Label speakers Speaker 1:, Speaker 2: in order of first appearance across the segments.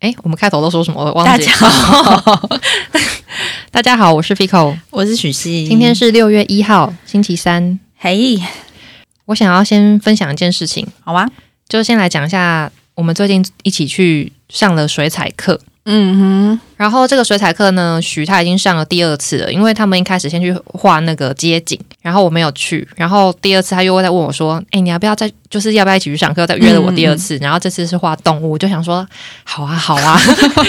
Speaker 1: 哎，我们开头都说什么？我忘记了。
Speaker 2: 大家好
Speaker 1: 大家好，我是 Fico，
Speaker 2: 我是许熙，
Speaker 1: 今天是六月一号，星期三。
Speaker 2: 嘿
Speaker 1: 我想要先分享一件事情，
Speaker 2: 好啊，
Speaker 1: 就先来讲一下我们最近一起去上了水彩课。
Speaker 2: 嗯哼，
Speaker 1: 然后这个水彩课呢，徐他已经上了第二次了，因为他们一开始先去画那个街景，然后我没有去，然后第二次他又会再问我说：“哎，你要不要再就是要不要一起去上课？”再约了我第二次，然后这次是画动物，我就想说 好啊好啊，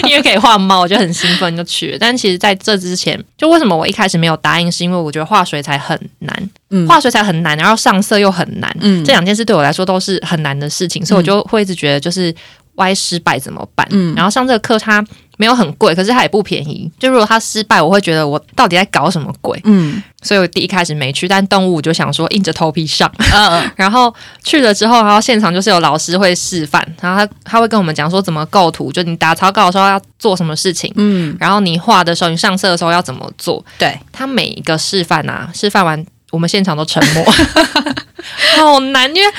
Speaker 1: 因为可以画猫，我就很兴奋就去了。但其实在这之前，就为什么我一开始没有答应，是因为我觉得画水彩很难，
Speaker 2: 嗯
Speaker 1: 画水彩很难，然后上色又很难，
Speaker 2: 嗯
Speaker 1: 这两件事对我来说都是很难的事情，所以我就会一直觉得就是万一失败怎么办？
Speaker 2: 嗯
Speaker 1: 然后上这个课它没有很贵，可是它也不便宜。就如果它失败，我会觉得我到底在搞什么鬼？
Speaker 2: 嗯
Speaker 1: 所以我第一开始没去，但动物我就想说硬着头皮上。
Speaker 2: 嗯
Speaker 1: 然后去了之后，然后现场就是有老师会示范，然后他他会跟我们讲说怎么构图，就你打草稿的时候要做什么事情，
Speaker 2: 嗯，
Speaker 1: 然后你画的时候，你上色的时候要怎么做。
Speaker 2: 对，
Speaker 1: 他每一个示范啊，示范完我们现场都沉默， 好难，因为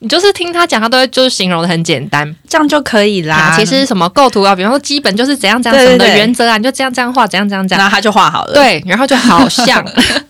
Speaker 1: 你就是听他讲，他都会就是形容的很简单。
Speaker 2: 这样就可以啦。
Speaker 1: 啊，其实什么构图啊，比方说基本就是怎样怎样
Speaker 2: 对
Speaker 1: 什么
Speaker 2: 对
Speaker 1: 的
Speaker 2: 对
Speaker 1: 原则啊，你就这样这样画，怎样怎样怎样。
Speaker 2: 那他就画好了。，
Speaker 1: 对，然后就好像，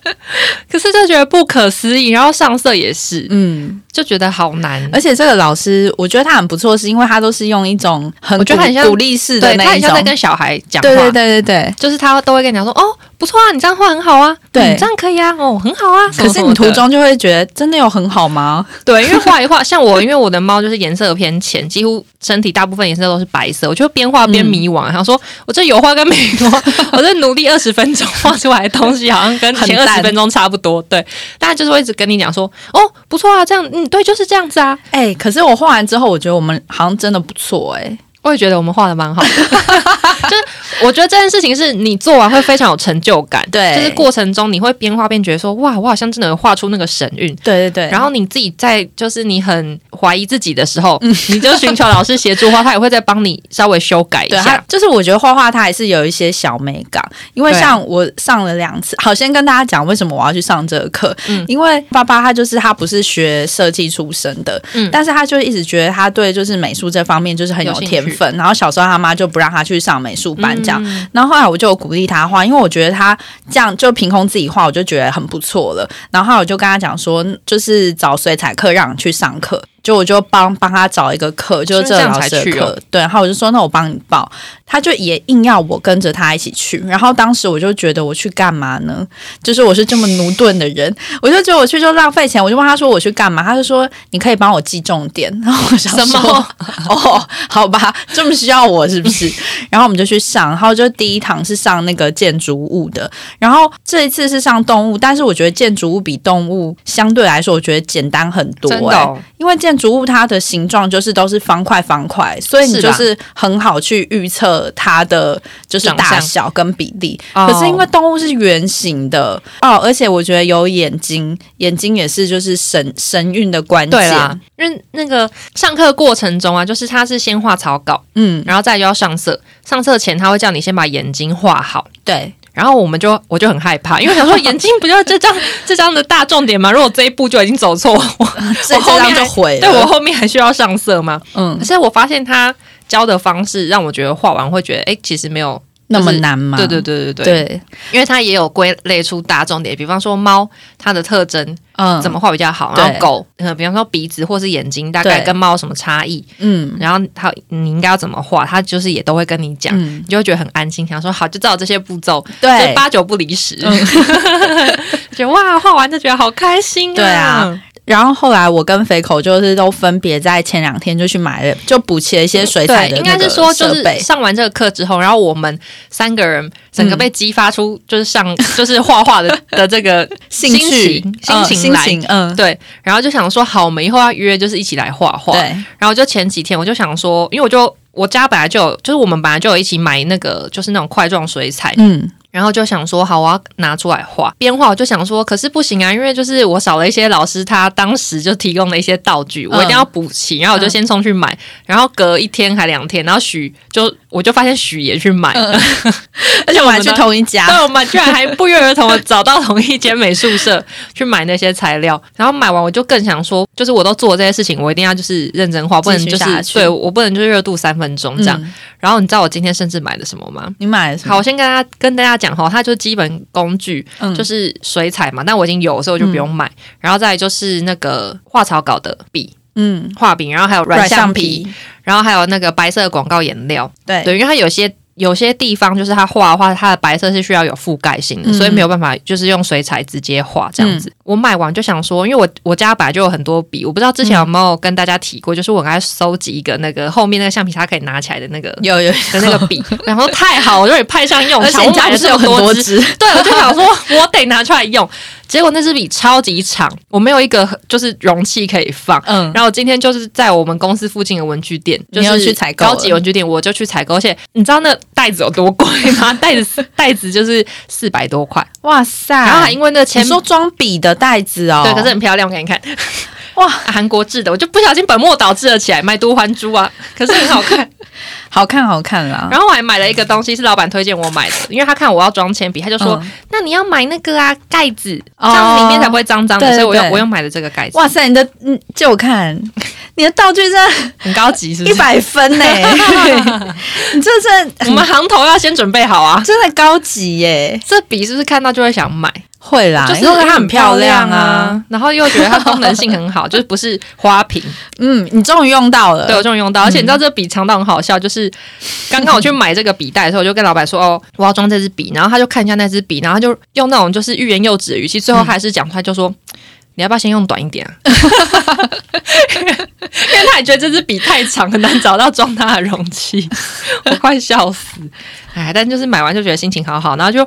Speaker 1: 可是就觉得不可思议，然后上色也是，
Speaker 2: 嗯，
Speaker 1: 就觉得好难。
Speaker 2: 而且这个老师，我觉得他很不错，是因为他都是用一种很
Speaker 1: 我觉得
Speaker 2: 鼓
Speaker 1: 他很像
Speaker 2: 鼓励式的
Speaker 1: 对他
Speaker 2: 那
Speaker 1: 很
Speaker 2: 一
Speaker 1: 像在
Speaker 2: 种，
Speaker 1: 跟小孩讲话，
Speaker 2: 对对对对对。
Speaker 1: 就是他都会跟你讲说，哦，不错啊，你这样画很好啊，
Speaker 2: 对
Speaker 1: 你这样可以啊，哦，很好啊。什
Speaker 2: 可
Speaker 1: 么
Speaker 2: 是
Speaker 1: 什么
Speaker 2: 你途
Speaker 1: 的
Speaker 2: 中就会觉得，真的有很好吗？
Speaker 1: 对，因为画一画，像我，因为我的猫就是颜色偏浅，几乎身体大部分颜色都是白色，我就边画
Speaker 2: 嗯
Speaker 1: 边迷惘，然后说我这有画跟没画，我这努力二十分钟画出来的东西好像跟
Speaker 2: 很
Speaker 1: 前二
Speaker 2: 淡
Speaker 1: 十分钟差不多。对，大家就是会一直跟你讲说，哦，不错啊，这样，嗯，对，就是这样子啊。
Speaker 2: 哎、可是我画完之后，我觉得我们好像真的不错哎、
Speaker 1: 我也觉得我们画的蛮好的， 就是我觉得这件事情是你做完会非常有成就感，
Speaker 2: 对
Speaker 1: 就是过程中你会边画边觉得说，哇，我好像真的有画出那个神韵，
Speaker 2: 对对对，
Speaker 1: 然后你自己在就是你很怀疑自己的时候，
Speaker 2: 嗯
Speaker 1: 你就寻求老师协助的话，他也会再帮你稍微修改一
Speaker 2: 对，它
Speaker 1: 下。
Speaker 2: 就是我觉得画画它还是有一些小美感，因为
Speaker 1: 对啊
Speaker 2: 像我上了两次， 好，先跟大家讲为什么我要去上这个课，
Speaker 1: 嗯
Speaker 2: 因为爸爸他就是他不是学设计出身的，
Speaker 1: 嗯
Speaker 2: 但是他就一直觉得他对就是美术这方面就是很有
Speaker 1: 有兴趣
Speaker 2: 天分，然后小时候他妈就不让他去上美术班这样，
Speaker 1: 嗯
Speaker 2: 然后后来我就有鼓励他画，因为我觉得他这样就凭空自己画，我就觉得很不错了。然后后来我就跟他讲说，就是找水彩课让你去上课，就我就帮帮他找一个课，就是这个老师
Speaker 1: 所以这样才
Speaker 2: 的
Speaker 1: 去
Speaker 2: 课。
Speaker 1: 哦
Speaker 2: 对，然后我就说那我帮你报，他就也硬要我跟着他一起去。然后当时我就觉得我去干嘛呢？就是我是这么驽钝的人，我就觉得我去就浪费钱。我就问他说我去干嘛，他就说你可以帮我记重点。 然后我想
Speaker 1: 什
Speaker 2: 说
Speaker 1: 么？
Speaker 2: 哦，好吧，这么需要我是不是？然后我们就去上，然后就第一堂是上那个建筑物的，然后这一次是上动物，但是我觉得建筑物比动物相对来说，我觉得简单很多、
Speaker 1: 真的
Speaker 2: 欸
Speaker 1: 哦、
Speaker 2: 因为建筑物它的形状就是都是方块方块，所以你
Speaker 1: 是
Speaker 2: 就
Speaker 1: 啦
Speaker 2: 是很好去预测它的就是
Speaker 1: 长
Speaker 2: 大
Speaker 1: 相
Speaker 2: 小跟比例。
Speaker 1: 哦
Speaker 2: 可是因为动物是圆形的哦，而且我觉得有眼睛，眼睛也是就是神神韵的关
Speaker 1: 对
Speaker 2: 键
Speaker 1: 啦。，因为那个上课过程中啊，就是他是先画草稿，
Speaker 2: 嗯，
Speaker 1: 然后再就要上色。上色前他会叫你先把眼睛画好，
Speaker 2: 对。
Speaker 1: 然后我们就我就很害怕，因为我想说眼睛不就是这张 这张的大重点吗？如果这一步就已经走错，我
Speaker 2: 所以
Speaker 1: 我
Speaker 2: 啊这
Speaker 1: 后
Speaker 2: 张
Speaker 1: 面
Speaker 2: 就
Speaker 1: 还
Speaker 2: 毁了。
Speaker 1: 对我后面还需要上色吗？
Speaker 2: 嗯
Speaker 1: 可，是我发现他教的方式让我觉得画完会觉得，哎，其实没有。
Speaker 2: 那么难吗？
Speaker 1: 对对对对对，
Speaker 2: 对，
Speaker 1: 因为它也有归类出大重点，比方说猫它的特征
Speaker 2: 嗯，
Speaker 1: 怎
Speaker 2: 么
Speaker 1: 么画比较好，
Speaker 2: 对
Speaker 1: 然后狗，呃，比方说鼻子或是眼睛大概
Speaker 2: 对
Speaker 1: 跟猫有什么差异，
Speaker 2: 嗯
Speaker 1: 然后它你应该要怎么画，它就是也都会跟你讲，
Speaker 2: 嗯
Speaker 1: 你就会觉得很安心，想说好就照这些步骤，
Speaker 2: 对嗯
Speaker 1: 就八九不离十， 觉得哇画完就觉得好开心、啊，
Speaker 2: 对啊，然后后来我跟肥口就是都分别在前两天就去买了，就补齐了一些水彩
Speaker 1: 对，
Speaker 2: 的
Speaker 1: 应
Speaker 2: 那
Speaker 1: 该
Speaker 2: 个
Speaker 1: 是说就
Speaker 2: 设
Speaker 1: 是
Speaker 2: 备。
Speaker 1: 上完这个课之后，然后我们三个人整个
Speaker 2: 嗯
Speaker 1: 被激发出就是上、 就是画画的的这个
Speaker 2: 兴趣、
Speaker 1: 心情呃
Speaker 2: 嗯
Speaker 1: 心
Speaker 2: 心
Speaker 1: 情来
Speaker 2: 情，嗯，
Speaker 1: 对，然后就想说好，我们以后要约就是一起来画画。
Speaker 2: 对，
Speaker 1: 然后就前几天我就想说，因为我就我家本来就有，就是我们本来就有一起买那个就是那种块状水彩，
Speaker 2: 嗯，
Speaker 1: 然后就想说，好，我要拿出来画。边画我就想说，可是不行啊，因为就是我少了一些老师他当时就提供的一些道具，我一定要补齐。然后我就先冲去
Speaker 2: 嗯
Speaker 1: 买，然后隔一天还两天，然后许就我就发现许也去
Speaker 2: 嗯
Speaker 1: 买了，
Speaker 2: 而且我们还去同一家，
Speaker 1: 但我们居然还不约而同的找到同一间美术社去买那些材料，然后买完我就更想说，就是我都做了这些事情，我一定要就是认真画，不能
Speaker 2: 继续
Speaker 1: 就
Speaker 2: 下
Speaker 1: 是
Speaker 2: 去
Speaker 1: 对我不能就是热度三分钟这样。
Speaker 2: 嗯
Speaker 1: 然后你知道我今天甚至买了什么吗？
Speaker 2: 你买了什么？
Speaker 1: 好，我先跟大家跟大家讲哈，它就是基本工具，
Speaker 2: 嗯
Speaker 1: 就是水彩嘛，但我已经有，所以我就不用买。然后再来就是那个画草稿的笔、
Speaker 2: 嗯，
Speaker 1: 画笔，然后还有软橡
Speaker 2: 橡哎
Speaker 1: 皮，，然后还有那个白色的广告颜料。
Speaker 2: 对
Speaker 1: 对，因为它有些有些地方就是它画的话，它的白色是需要有覆盖性的，
Speaker 2: 嗯
Speaker 1: 所以没有办法就是用水彩直接画这样子。我买完就想说，因为我我家本来就有很多笔，我不知道之前有没有跟大家提
Speaker 2: 嗯
Speaker 1: 过，就是我刚才收集一个那个后面那个橡皮擦可以拿起来的那个。
Speaker 2: 有有，
Speaker 1: 的那个笔，然后太好，我就得派上用
Speaker 2: 而且
Speaker 1: 场。
Speaker 2: 你
Speaker 1: 我
Speaker 2: 家
Speaker 1: 买
Speaker 2: 不
Speaker 1: 的
Speaker 2: 是
Speaker 1: 有
Speaker 2: 有很多
Speaker 1: 支，
Speaker 2: 只，
Speaker 1: 对，我就 想说，我得拿出来用。结果那支笔超级长，我没有一个就是容器可以放，
Speaker 2: 嗯，
Speaker 1: 然后今天就是在我们公司附近的文具店，就
Speaker 2: 你又
Speaker 1: 是
Speaker 2: 去采购了
Speaker 1: 高级文具店，我就去采购。而且你知道那袋子有多贵 吗？袋子袋子就是四百多块，
Speaker 2: 哇塞，
Speaker 1: 然后还因为那前
Speaker 2: 哎你说装笔的袋子哦，
Speaker 1: 对，可是很漂亮，我给你看。
Speaker 2: 哇
Speaker 1: 哇，韩国制的，我就不小心本末倒置了起来，买都还珠啊，可是很好看。
Speaker 2: 好看好看啦，
Speaker 1: 然后我还买了一个东西，是老板推荐我买的，因为他看我要装铅笔，他就说：“
Speaker 2: 嗯
Speaker 1: 那你要买那个啊，盖子，这
Speaker 2: 哦
Speaker 1: 样里面才不会脏脏的。
Speaker 2: 对
Speaker 1: 所以我又
Speaker 2: 对
Speaker 1: 我又买了这个盖子，
Speaker 2: 哇塞，你的嗯，借我看，你的道具真的
Speaker 1: 很高级，是不
Speaker 2: 一
Speaker 1: 是？
Speaker 2: 百分 呢、 你这真
Speaker 1: 我们行头要先准备好 啊。
Speaker 2: 真的高级耶、
Speaker 1: 这笔是不是看到就会想买？
Speaker 2: 会啦，
Speaker 1: 就是
Speaker 2: 啊因为它很漂
Speaker 1: 亮
Speaker 2: 亮啊。，
Speaker 1: 然后又觉得它功能性很好，就是不是花瓶，
Speaker 2: 嗯，你终于用到了，
Speaker 1: 对我终于用到。而且你知
Speaker 2: 嗯
Speaker 1: 道这笔长到很好笑，就是刚刚我去买这个笔袋的时候，我就跟老板说：“哦，我要装这支笔。”然后他就看一下那支笔，然后他就用那种就是欲言又止的语气，
Speaker 2: 嗯
Speaker 1: 最后还是讲出来就说。你要不要先用短一点啊？ 因为他也觉得这支笔太长，很难找到装它的容器，我快笑死！哎，但就是买完就觉得心情好好，然后就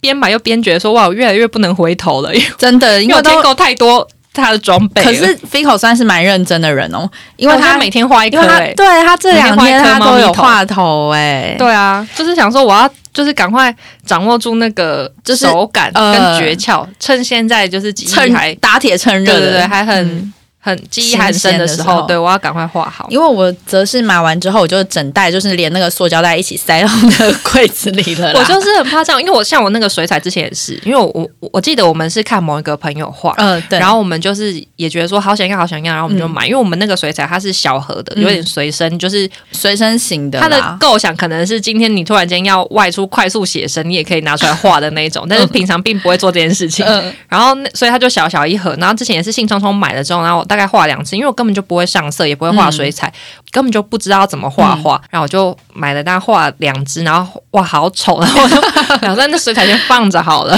Speaker 1: 边买又边觉得说哇，我越来越不能回头了，因为
Speaker 2: 真的，因
Speaker 1: 因为
Speaker 2: 为
Speaker 1: 我
Speaker 2: 都
Speaker 1: 添购太多他的装备了。
Speaker 2: 可是 Fico 算是蛮认真的人哦，因
Speaker 1: 因
Speaker 2: 为
Speaker 1: 为他
Speaker 2: 他
Speaker 1: 每天画一颗、
Speaker 2: 因为他
Speaker 1: 欸，
Speaker 2: 对他这两
Speaker 1: 每天
Speaker 2: 天
Speaker 1: 画一颗
Speaker 2: 他都
Speaker 1: 猫
Speaker 2: 有
Speaker 1: 咪头
Speaker 2: 话头哎、
Speaker 1: 对啊，就是想说我要就是赶快掌握住那个
Speaker 2: 就是
Speaker 1: 手感跟
Speaker 2: 呃
Speaker 1: 诀窍，趁现在就是记忆还
Speaker 2: 趁打铁趁
Speaker 1: 对
Speaker 2: 热
Speaker 1: 对
Speaker 2: 的，
Speaker 1: 对，还很、很记忆还很嗯深的时
Speaker 2: 新鲜的时
Speaker 1: 候，
Speaker 2: 候
Speaker 1: 对我要赶快画好。
Speaker 2: 因为我则是买完之后，我就整袋就是连那个塑胶袋一起塞到那个柜子里了啦。
Speaker 1: 我就是很怕这样，因为我像我那个水彩之前也是，因为我我我记得我们是看某一个朋友画，
Speaker 2: 嗯、对，
Speaker 1: 然后我们就是也觉得说好想要好想要，然后我们就买，因为我们那个水彩它是小盒的，有点随身，就是
Speaker 2: 随身型的
Speaker 1: 他
Speaker 2: 啦，
Speaker 1: 的构想可能是今天你突然间要外出快速写生，你也可以拿出来画的那一种，但是平常并不会做这件事 情。
Speaker 2: 嗯
Speaker 1: 然后那所以他就小小一盒，然后之前也是兴冲冲买了之后，然后我大概画两次，因为我根本就不会上色，也不会画水彩，根本就不知道怎么画画，然后我就买了，大概画两支，然后哇好丑，然后 我就想说那水彩先放着好 了，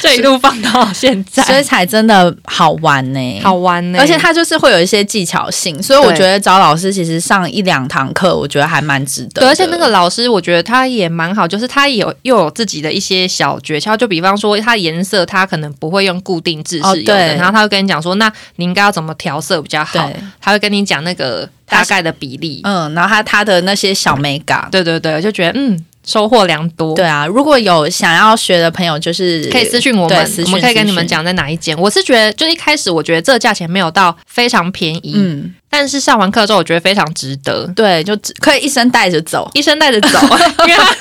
Speaker 1: 这一路放到现
Speaker 2: 所以
Speaker 1: 在，
Speaker 2: 才真的好玩呢、
Speaker 1: 好玩呢、
Speaker 2: 而且它就是会有一些技巧性，所以我
Speaker 1: 对
Speaker 2: 觉得找老师其实上一两堂课，我觉得还蛮值得的。
Speaker 1: 对，而且那个老师，我觉得他也蛮好，就是他有又有自己的一些小诀窍，就比方说他颜色，他可能不会用固定制
Speaker 2: 哦
Speaker 1: 式有的，
Speaker 2: 对
Speaker 1: 然后他会跟你讲说，那你应该要怎么调色比较好
Speaker 2: 对，，
Speaker 1: 他会跟你讲那个
Speaker 2: 他
Speaker 1: 大
Speaker 2: 是
Speaker 1: 概的比例。
Speaker 2: 嗯，然后它它的那些小美感，
Speaker 1: 对对对，就觉得嗯，收获良多。
Speaker 2: 对啊，如果有想要学的朋友，就是
Speaker 1: 可以私讯我
Speaker 2: 对
Speaker 1: 们
Speaker 2: 私，讯
Speaker 1: 我们可以跟你们
Speaker 2: 私讯
Speaker 1: 讲在哪一间。我是觉得，就一开始我觉得这个价钱没有到非常便宜，
Speaker 2: 嗯，
Speaker 1: 但是上完课之后，我觉得非常值得。
Speaker 2: 对，就只可以一生带着走。
Speaker 1: 医生带着走， 因为他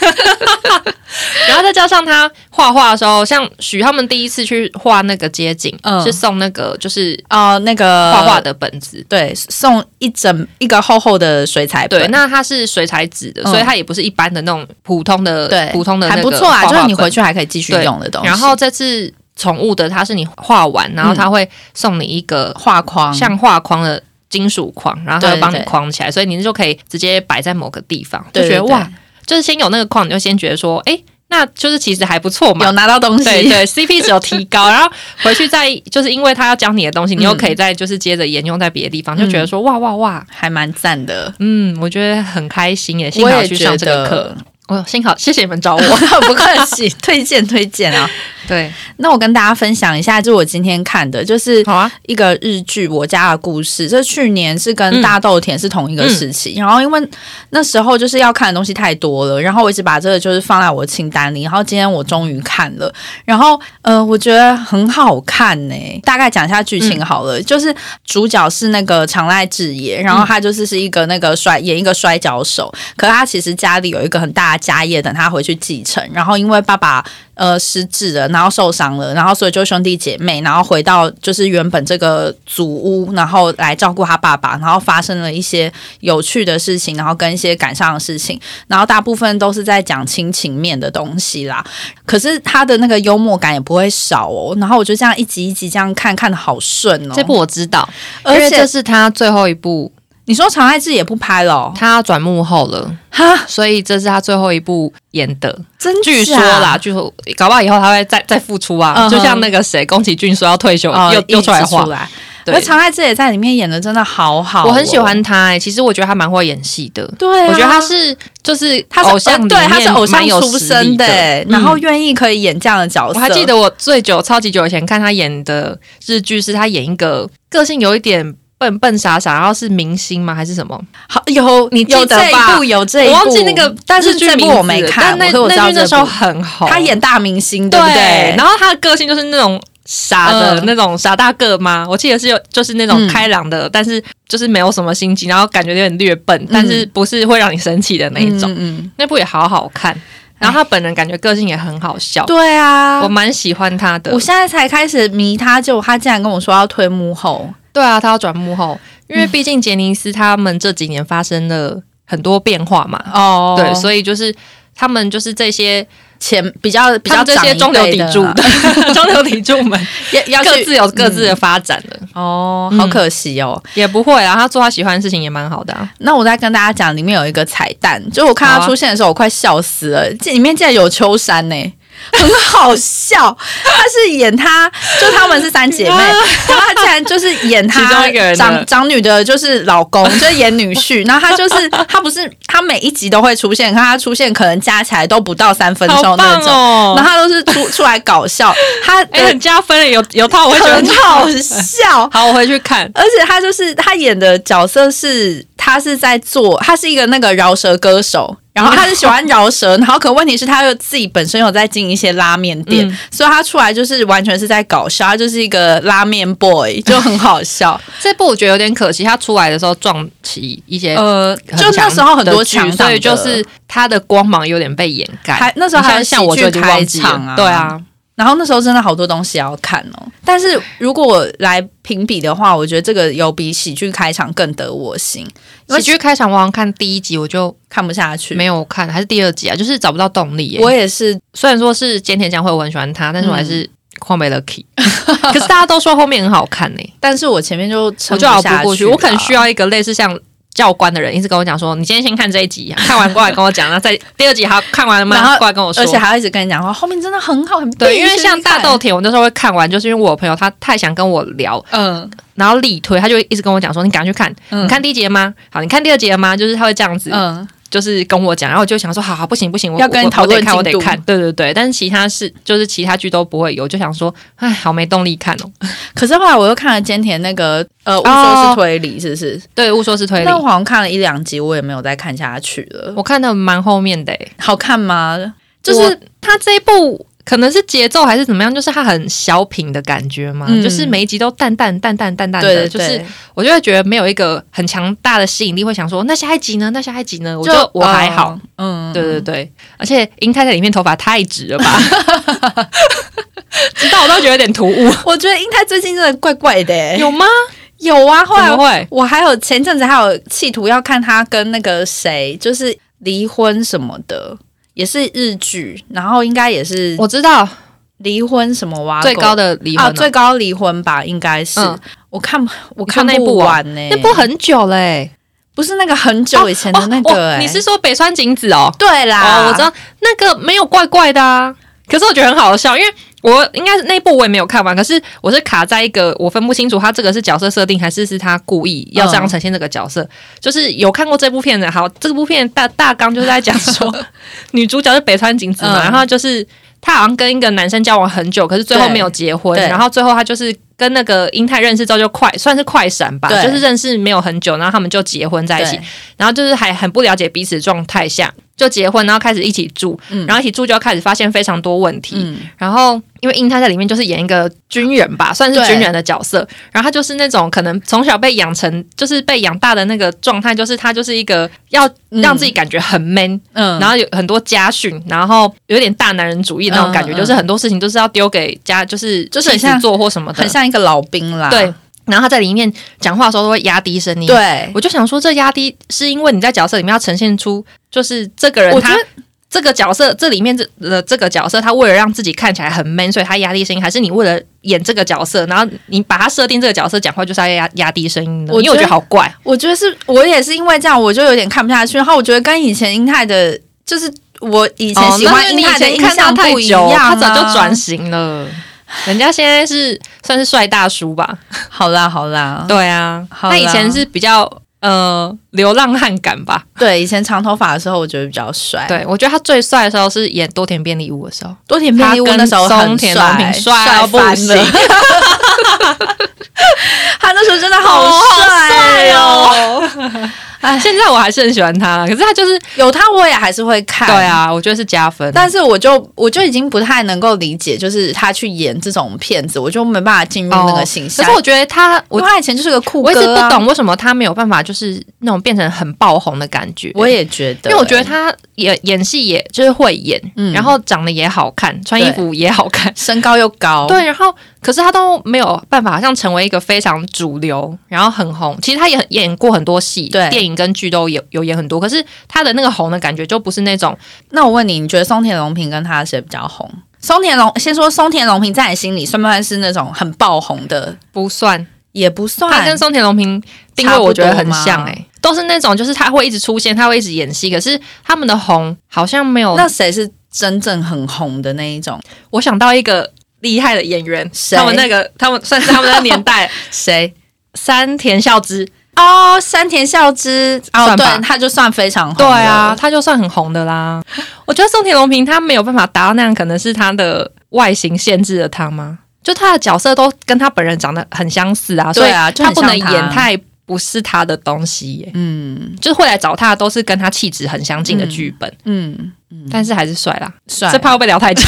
Speaker 1: 然后再加上他画画的时候，像许他们第一次去画那个街景，
Speaker 2: 嗯
Speaker 1: 是送那个就是
Speaker 2: 哦，那个
Speaker 1: 画画，的本子。
Speaker 2: 对，送一整一个厚厚的水彩本，
Speaker 1: 对，那它是水彩纸的，
Speaker 2: 嗯
Speaker 1: 所以它也不是一般的那种普通的、
Speaker 2: 对
Speaker 1: 普通的那
Speaker 2: 还
Speaker 1: 个
Speaker 2: 不错啊，
Speaker 1: 画画
Speaker 2: 就是你
Speaker 1: 本
Speaker 2: 回去还可以继续
Speaker 1: 对
Speaker 2: 用的东西。
Speaker 1: 然后这次宠物的，它是你画完，然后它会送你一个
Speaker 2: 画嗯框，
Speaker 1: 像画框的金属框，然后它会
Speaker 2: 对
Speaker 1: 帮你
Speaker 2: 对
Speaker 1: 框起来，所以你就可以直接摆在某个地方，就
Speaker 2: 对
Speaker 1: 觉得
Speaker 2: 对对
Speaker 1: 哇，就是先有那个框，你就先觉得说，哎、那就是其实还不错嘛，
Speaker 2: 有拿到东西，
Speaker 1: 对对，CP 值有提 高，然后回去再就是因为他要教你的东西，你又
Speaker 2: 嗯
Speaker 1: 可以再就是接着沿用在别的地方，就觉得说哇哇哇，
Speaker 2: 还蛮赞的。
Speaker 1: 嗯，我觉得很开心耶，幸
Speaker 2: 我
Speaker 1: 好
Speaker 2: 也
Speaker 1: 去
Speaker 2: 觉
Speaker 1: 上这个课
Speaker 2: 得，，
Speaker 1: 哦，幸好谢谢你们找我。
Speaker 2: 不客气，推荐推荐啊。
Speaker 1: 对，
Speaker 2: 那我跟大家分享一下，就是我今天看的，就是
Speaker 1: 好啊，
Speaker 2: 一个日剧《我家的故事》，这去年是跟
Speaker 1: 嗯
Speaker 2: 《大豆田》是同一个时期。然后因为那时候就是要看的东西太多了，然后我一直把这个就是放在我的清单里。然后今天我终于看了，然后呃，我觉得很好看呢、大概讲一下剧情好了，就是主角是那个长濑智也，然后他就是是一个那个摔演一个摔跤手，可他其实家里有一个很大的家业等他回去继承。然后因为爸爸呃失智了，然后受伤了，然后所以就兄弟姐妹，然后回到就是原本这个祖屋，然后来照顾他爸爸，然后发生了一些有趣的事情，然后跟一些感伤的事情，然后大部分都是在讲亲情面的东西啦。可是他的那个幽默感也不会少哦。然后我就这样一集一集这样看，看的好顺哦。
Speaker 1: 这部我知道，因
Speaker 2: 而
Speaker 1: 为这
Speaker 2: 且
Speaker 1: 是他最后一部，
Speaker 2: 你说长爱志也不拍了、哦，
Speaker 1: 他要转幕后了，
Speaker 2: 哈，
Speaker 1: 所以这是他最后一部演的。
Speaker 2: 真假
Speaker 1: 据说啦，，据说搞不好以后他会再再复出啊，
Speaker 2: 啊嗯哼
Speaker 1: 就像那个谁，宫崎骏说要退休，
Speaker 2: 哦
Speaker 1: 又又
Speaker 2: 一直
Speaker 1: 出来画
Speaker 2: 出。来。
Speaker 1: 对
Speaker 2: 而长爱志也在里面演的真的好好、哦
Speaker 1: 我很喜欢。他、欸，其实我觉得他蛮会演戏的。
Speaker 2: 对、啊，
Speaker 1: 我觉得他是就是
Speaker 2: 他是
Speaker 1: 偶像
Speaker 2: 呃
Speaker 1: 里面
Speaker 2: 对，他是偶像
Speaker 1: 蛮有
Speaker 2: 出
Speaker 1: 实力
Speaker 2: 身的欸，然后
Speaker 1: 嗯
Speaker 2: 愿意可以演这样的角
Speaker 1: 我
Speaker 2: 色。
Speaker 1: 还记得我最久、超级久以前看他演的日剧，是他演一个个性有一点笨笨傻傻，然后是明星吗？还是什么？
Speaker 2: 好有
Speaker 1: 你记
Speaker 2: 有
Speaker 1: 得
Speaker 2: 这一
Speaker 1: 吧
Speaker 2: 部有这一
Speaker 1: 我
Speaker 2: 部，
Speaker 1: 忘记那个，
Speaker 2: 但是
Speaker 1: 剧
Speaker 2: 这部
Speaker 1: 名
Speaker 2: 我
Speaker 1: 字
Speaker 2: 没
Speaker 1: 了
Speaker 2: 看，
Speaker 1: 但
Speaker 2: 可是我
Speaker 1: 那
Speaker 2: 知
Speaker 1: 那
Speaker 2: 道
Speaker 1: 剧那
Speaker 2: 这
Speaker 1: 时候
Speaker 2: 部。
Speaker 1: 很红，
Speaker 2: 他演大明星，
Speaker 1: 对呃
Speaker 2: 对不对？
Speaker 1: 然后他的个性就是那种傻的、
Speaker 2: 嗯
Speaker 1: 那种傻大个吗？我记得是有，就是那种
Speaker 2: 嗯
Speaker 1: 开朗的，但是就是没有什么心机，然后感觉有点略笨，但是不是会让你生气的那一种。
Speaker 2: 嗯，嗯
Speaker 1: 那部也好好看，然后他本人感觉个性也很好笑，
Speaker 2: 对啊
Speaker 1: 我。蛮喜欢他的
Speaker 2: 我。现在才开始迷他，结果他竟然跟我说要推幕后，
Speaker 1: 对啊，他要转幕后，因为毕竟杰尼斯他们这几年发生了很多变化嘛，
Speaker 2: 哦
Speaker 1: 对，
Speaker 2: 以
Speaker 1: 所以就是。他们就是这些
Speaker 2: 前比较比
Speaker 1: 他
Speaker 2: 较
Speaker 1: 们这些中流砥 柱
Speaker 2: 长一辈 的，
Speaker 1: 中流砥柱们
Speaker 2: 要要
Speaker 1: 各
Speaker 2: 去
Speaker 1: 自有各自的发展了。
Speaker 2: 哦，
Speaker 1: 嗯
Speaker 2: 好可惜哦。
Speaker 1: 也不会啊，他做他喜欢的事情也蛮好的、啊。
Speaker 2: 那我再跟大家讲，里面有一个彩蛋，就是我看
Speaker 1: 好
Speaker 2: 它
Speaker 1: 啊
Speaker 2: 出现的时候，我快笑死了。这里面竟然有秋山呢、 很好笑。他是演他，就他们是 三姐妹，然后他竟然就是演他
Speaker 1: 其中一个人的
Speaker 2: 长长女的，就是老公，就是演女婿。 然后他就是他不是他每一集都会出现，看他出现可能加起来都不到三分钟
Speaker 1: 好
Speaker 2: 那
Speaker 1: 棒
Speaker 2: 种。
Speaker 1: 哦！
Speaker 2: 然后他都是出出来搞笑，他
Speaker 1: 哎、
Speaker 2: 的
Speaker 1: 很加分了，有有套我会觉得
Speaker 2: 很
Speaker 1: 好
Speaker 2: 好。笑，
Speaker 1: 好，我回去看。
Speaker 2: 而且他就是他演的角色是，他是在做，他是一个那个饶舌歌手，然后他是喜欢饶舌，然后可问题是他又自己本身有在经营一些拉面店，
Speaker 1: 嗯
Speaker 2: 所以他出来就是完全是在搞笑，他就是一个拉面 boy，就很好 笑。
Speaker 1: 这部我觉得有点可惜，他出来的时候撞起一些
Speaker 2: 呃，
Speaker 1: 很
Speaker 2: 就
Speaker 1: 强的剧，
Speaker 2: 那时候很多强档
Speaker 1: 所
Speaker 2: 的，
Speaker 1: 以就是他的光芒有点被掩盖。
Speaker 2: 还那时候还有
Speaker 1: 你像像我就已经忘记
Speaker 2: 喜剧开场
Speaker 1: 了，
Speaker 2: 啊
Speaker 1: 对啊，
Speaker 2: 然后那时候真的好多东西要看哦。但是如果我来评比的话，我觉得这个有比喜剧开场更得我心，
Speaker 1: 喜
Speaker 2: 因为
Speaker 1: 剧开场我好像看第一集我就
Speaker 2: 看不下去。
Speaker 1: 没有看，还是第二集啊，就是找不到动力、耶
Speaker 2: 我也是
Speaker 1: 虽然说是菅田将晖，我很喜欢他，但是我还是旷没了 key。可 是大家都说后面很好看呢、
Speaker 2: 但是我前面就撑
Speaker 1: 我就熬不
Speaker 2: 下
Speaker 1: 过去。
Speaker 2: 了
Speaker 1: 我可能需要一个类似像教官的人，一直跟我讲说：“你今天先看这一集， 看完过来跟我讲，然后再第二集还要看完了
Speaker 2: 然
Speaker 1: 吗？
Speaker 2: 后
Speaker 1: 过来跟我说。”
Speaker 2: 而且还要一直跟你讲话，后面真的很好，很
Speaker 1: 对，
Speaker 2: 必
Speaker 1: 因为
Speaker 2: 须
Speaker 1: 像大
Speaker 2: 看
Speaker 1: 豆，田，我那时候会看完，就是因为我朋友他太想跟我聊，
Speaker 2: 嗯
Speaker 1: 然后力推，他就一直跟我讲说：“你赶快去看，
Speaker 2: 嗯
Speaker 1: 你看第一集了吗？好，你看第二集了吗？”就是他会这样子，
Speaker 2: 嗯，
Speaker 1: 就是跟我讲，然后我就想说：“好好，不行不行，我
Speaker 2: 要跟你
Speaker 1: 我
Speaker 2: 讨论
Speaker 1: 我得看，我得
Speaker 2: 进度
Speaker 1: 看。”对对对，但是其他是就是其他剧都不会有，我就想说：“哎，好没动力看哦。
Speaker 2: 可是后来我又看了菅田那个呃，误
Speaker 1: 哦
Speaker 2: 说是推理，是不是？”
Speaker 1: 对，误说是推理
Speaker 2: 但，我好像看了一两集，我也没有再看下去了。
Speaker 1: 我看的蛮后面的、欸。
Speaker 2: 好看吗？
Speaker 1: 就
Speaker 2: 我
Speaker 1: 是他这一部可能是节奏还是怎么样，就是他很小品的感觉嘛，
Speaker 2: 嗯
Speaker 1: 就是每一集都淡淡淡淡淡淡的，
Speaker 2: 对对，
Speaker 1: 就是
Speaker 2: 对
Speaker 1: 我就会觉得没有一个很强大的吸引力，会想说那下一集呢？那下一集呢？我就我还好。，
Speaker 2: 嗯，
Speaker 1: 对对对，而且英太太里面头发太直了 吧，直到我都觉得有点突兀，
Speaker 2: 我觉得英泰最近真的怪怪的欸，
Speaker 1: 有吗？
Speaker 2: 有啊，后
Speaker 1: 怎
Speaker 2: 来
Speaker 1: 么会？
Speaker 2: 我还有前阵子还有企图要看他跟那个谁，就是离婚什么的，也是日剧，然后应该也是
Speaker 1: 我知道
Speaker 2: 离婚什么哇，
Speaker 1: 最高的离婚
Speaker 2: 啊，
Speaker 1: 了、
Speaker 2: 最高离婚吧，应该是、
Speaker 1: 嗯
Speaker 2: 我看我
Speaker 1: 看
Speaker 2: 看
Speaker 1: 那部
Speaker 2: 不
Speaker 1: 哦
Speaker 2: 完呢、
Speaker 1: 那部很久嘞、欸，
Speaker 2: 不是那个很久以前的那
Speaker 1: 哦
Speaker 2: 个、
Speaker 1: 哦
Speaker 2: 欸
Speaker 1: 你是说北川景子哦？
Speaker 2: 对啦，
Speaker 1: 哦，我知道那个没有怪怪的啊，可是我觉得很好笑，因为我应该是那一部我也没有看完，可是我是卡在一个我分不清楚他这个是角色设定还是是他故意要这样呈现这个角
Speaker 2: 嗯
Speaker 1: 色。就是有看过这部片的，好，这部片大大纲 就是在讲说女主角是北川景子嘛，
Speaker 2: 嗯
Speaker 1: 然后就是她好像跟一个男生交往很久，可是最后
Speaker 2: 对
Speaker 1: 没有结婚，
Speaker 2: 对
Speaker 1: 然后最后她就是。跟那个英泰认识之后就快算是快闪吧，
Speaker 2: 对
Speaker 1: 就是认识没有很久，然后他们就结婚在一起
Speaker 2: 对，
Speaker 1: 然后就是还很不了解彼此状态下就结婚，然后开始一起住，
Speaker 2: 嗯
Speaker 1: 然后一起住就要开始发现非常多问题，
Speaker 2: 嗯，
Speaker 1: 然后，因为英泰在里面就是演一个军人吧，算是军人的角色。然后他就是那种可能从小被养成，就是被养大的那个状态，就是他就是一个要让自己感觉很 man，、
Speaker 2: 嗯，
Speaker 1: 然后有很多家训，然后有点大男人主义那种感觉，
Speaker 2: 嗯嗯嗯
Speaker 1: 就是很多事情都是要丢给家，就是
Speaker 2: 就是很
Speaker 1: 妻子
Speaker 2: 像
Speaker 1: 做或什么的
Speaker 2: 很。像一个老兵啦。
Speaker 1: 嗯对，然后他在里面讲话的时候都会压低声音。，
Speaker 2: 对，
Speaker 1: 我就想说，这压低是因为你在角色里面要呈现出，就是这个人
Speaker 2: 我觉
Speaker 1: 他
Speaker 2: 得
Speaker 1: 这个角色这里面这的呃这个角色，他为了让自己看起来很 man，所以他压低声音，还是你为了演这个角色，然后你把他设定这个角色讲话就是要压压低声音的？
Speaker 2: 我
Speaker 1: 因为我觉
Speaker 2: 觉
Speaker 1: 得
Speaker 2: 得
Speaker 1: 好怪，
Speaker 2: 我觉得是我也是因为这样，我就有点看不下去。然后我觉得跟以前英泰的，就是我以
Speaker 1: 以
Speaker 2: 前喜欢
Speaker 1: 哦你
Speaker 2: 英
Speaker 1: 以
Speaker 2: 泰的
Speaker 1: 前
Speaker 2: 印
Speaker 1: 看他
Speaker 2: 象
Speaker 1: 太
Speaker 2: 不一样、
Speaker 1: 久，他
Speaker 2: 啊
Speaker 1: 早就转型了。人家现在是算是帅大叔吧？
Speaker 2: 好啦好啦，
Speaker 1: 对啊，
Speaker 2: 哦好啦
Speaker 1: 他以前是比较呃流浪汉感吧？
Speaker 2: 对，以前长头发的时候我觉得比较帅。，
Speaker 1: 对，我觉得他最帅的时候是演多田便利屋的时候。
Speaker 2: 多田便利屋那时候
Speaker 1: 他跟
Speaker 2: 很
Speaker 1: 松田龙
Speaker 2: 帅，
Speaker 1: 平帅
Speaker 2: 到
Speaker 1: 到
Speaker 2: 不
Speaker 1: 不
Speaker 2: 行
Speaker 1: 行。
Speaker 2: 他那时候真的
Speaker 1: 好
Speaker 2: 好帅哦！
Speaker 1: 哦！哎， 现在我还是很喜欢他，可是他就是
Speaker 2: 有他我也还是会看。
Speaker 1: 对。啊，我觉得是加分。
Speaker 2: 但是我就我就已经不太能够理解，就是他去演这种骗子，我就没办法进入那个形
Speaker 1: 哦可
Speaker 2: 象。
Speaker 1: 是我觉得他，
Speaker 2: 因
Speaker 1: 我
Speaker 2: 为他以前就是个酷哥、
Speaker 1: 我
Speaker 2: 啊，
Speaker 1: 一直不懂为什么他没有办法，就是那种变成很爆红的感觉。
Speaker 2: 我也觉得，
Speaker 1: 因为我觉得他演演戏也就是会演，
Speaker 2: 嗯
Speaker 1: 然后长得也好看，穿衣服也好看。
Speaker 2: 身高又高，
Speaker 1: 对，然后可是他都没有办法，好像成为一个非常主流，然后很红。其实他也很演过很多戏，
Speaker 2: 对
Speaker 1: 电影跟剧都有有演很多。可是他的那个红的感觉，就不是那种
Speaker 2: 那我问你，你觉得松田龙平跟他谁比较红？松田龙，先说松田龙平在你心里算不算是那种很爆红的？
Speaker 1: 不算
Speaker 2: 也不算，
Speaker 1: 他跟松田龙平定位我觉得很像哎、
Speaker 2: 差不多
Speaker 1: 都是那种就是他会一直出现，他会一直演戏，可是他们的红好像没有。
Speaker 2: 那谁是真正很红的那一种？
Speaker 1: 我想到一个厉害的演员，
Speaker 2: 谁
Speaker 1: 他们那个他们算是他们那个年 代
Speaker 2: 谁？
Speaker 1: 山田孝之，
Speaker 2: 哦，山田孝之，哦，
Speaker 1: 算吧
Speaker 2: 对，他就算非常红。
Speaker 1: 对啊，，他就算很红的啦。我觉得松田龙平他没有办法达到那样，可能是他的外形限制了他吗？就他的角色都跟他本人长得很相似啊，所
Speaker 2: 对
Speaker 1: 以
Speaker 2: 啊就
Speaker 1: 他
Speaker 2: 很
Speaker 1: 不能
Speaker 2: 像他
Speaker 1: 演太不是他的东西耶、
Speaker 2: 嗯
Speaker 1: 就是会来找他的都是跟他气质很相近的剧本。
Speaker 2: 嗯，
Speaker 1: 但是还是帅啊啦，
Speaker 2: 算
Speaker 1: 这怕会被聊太 久。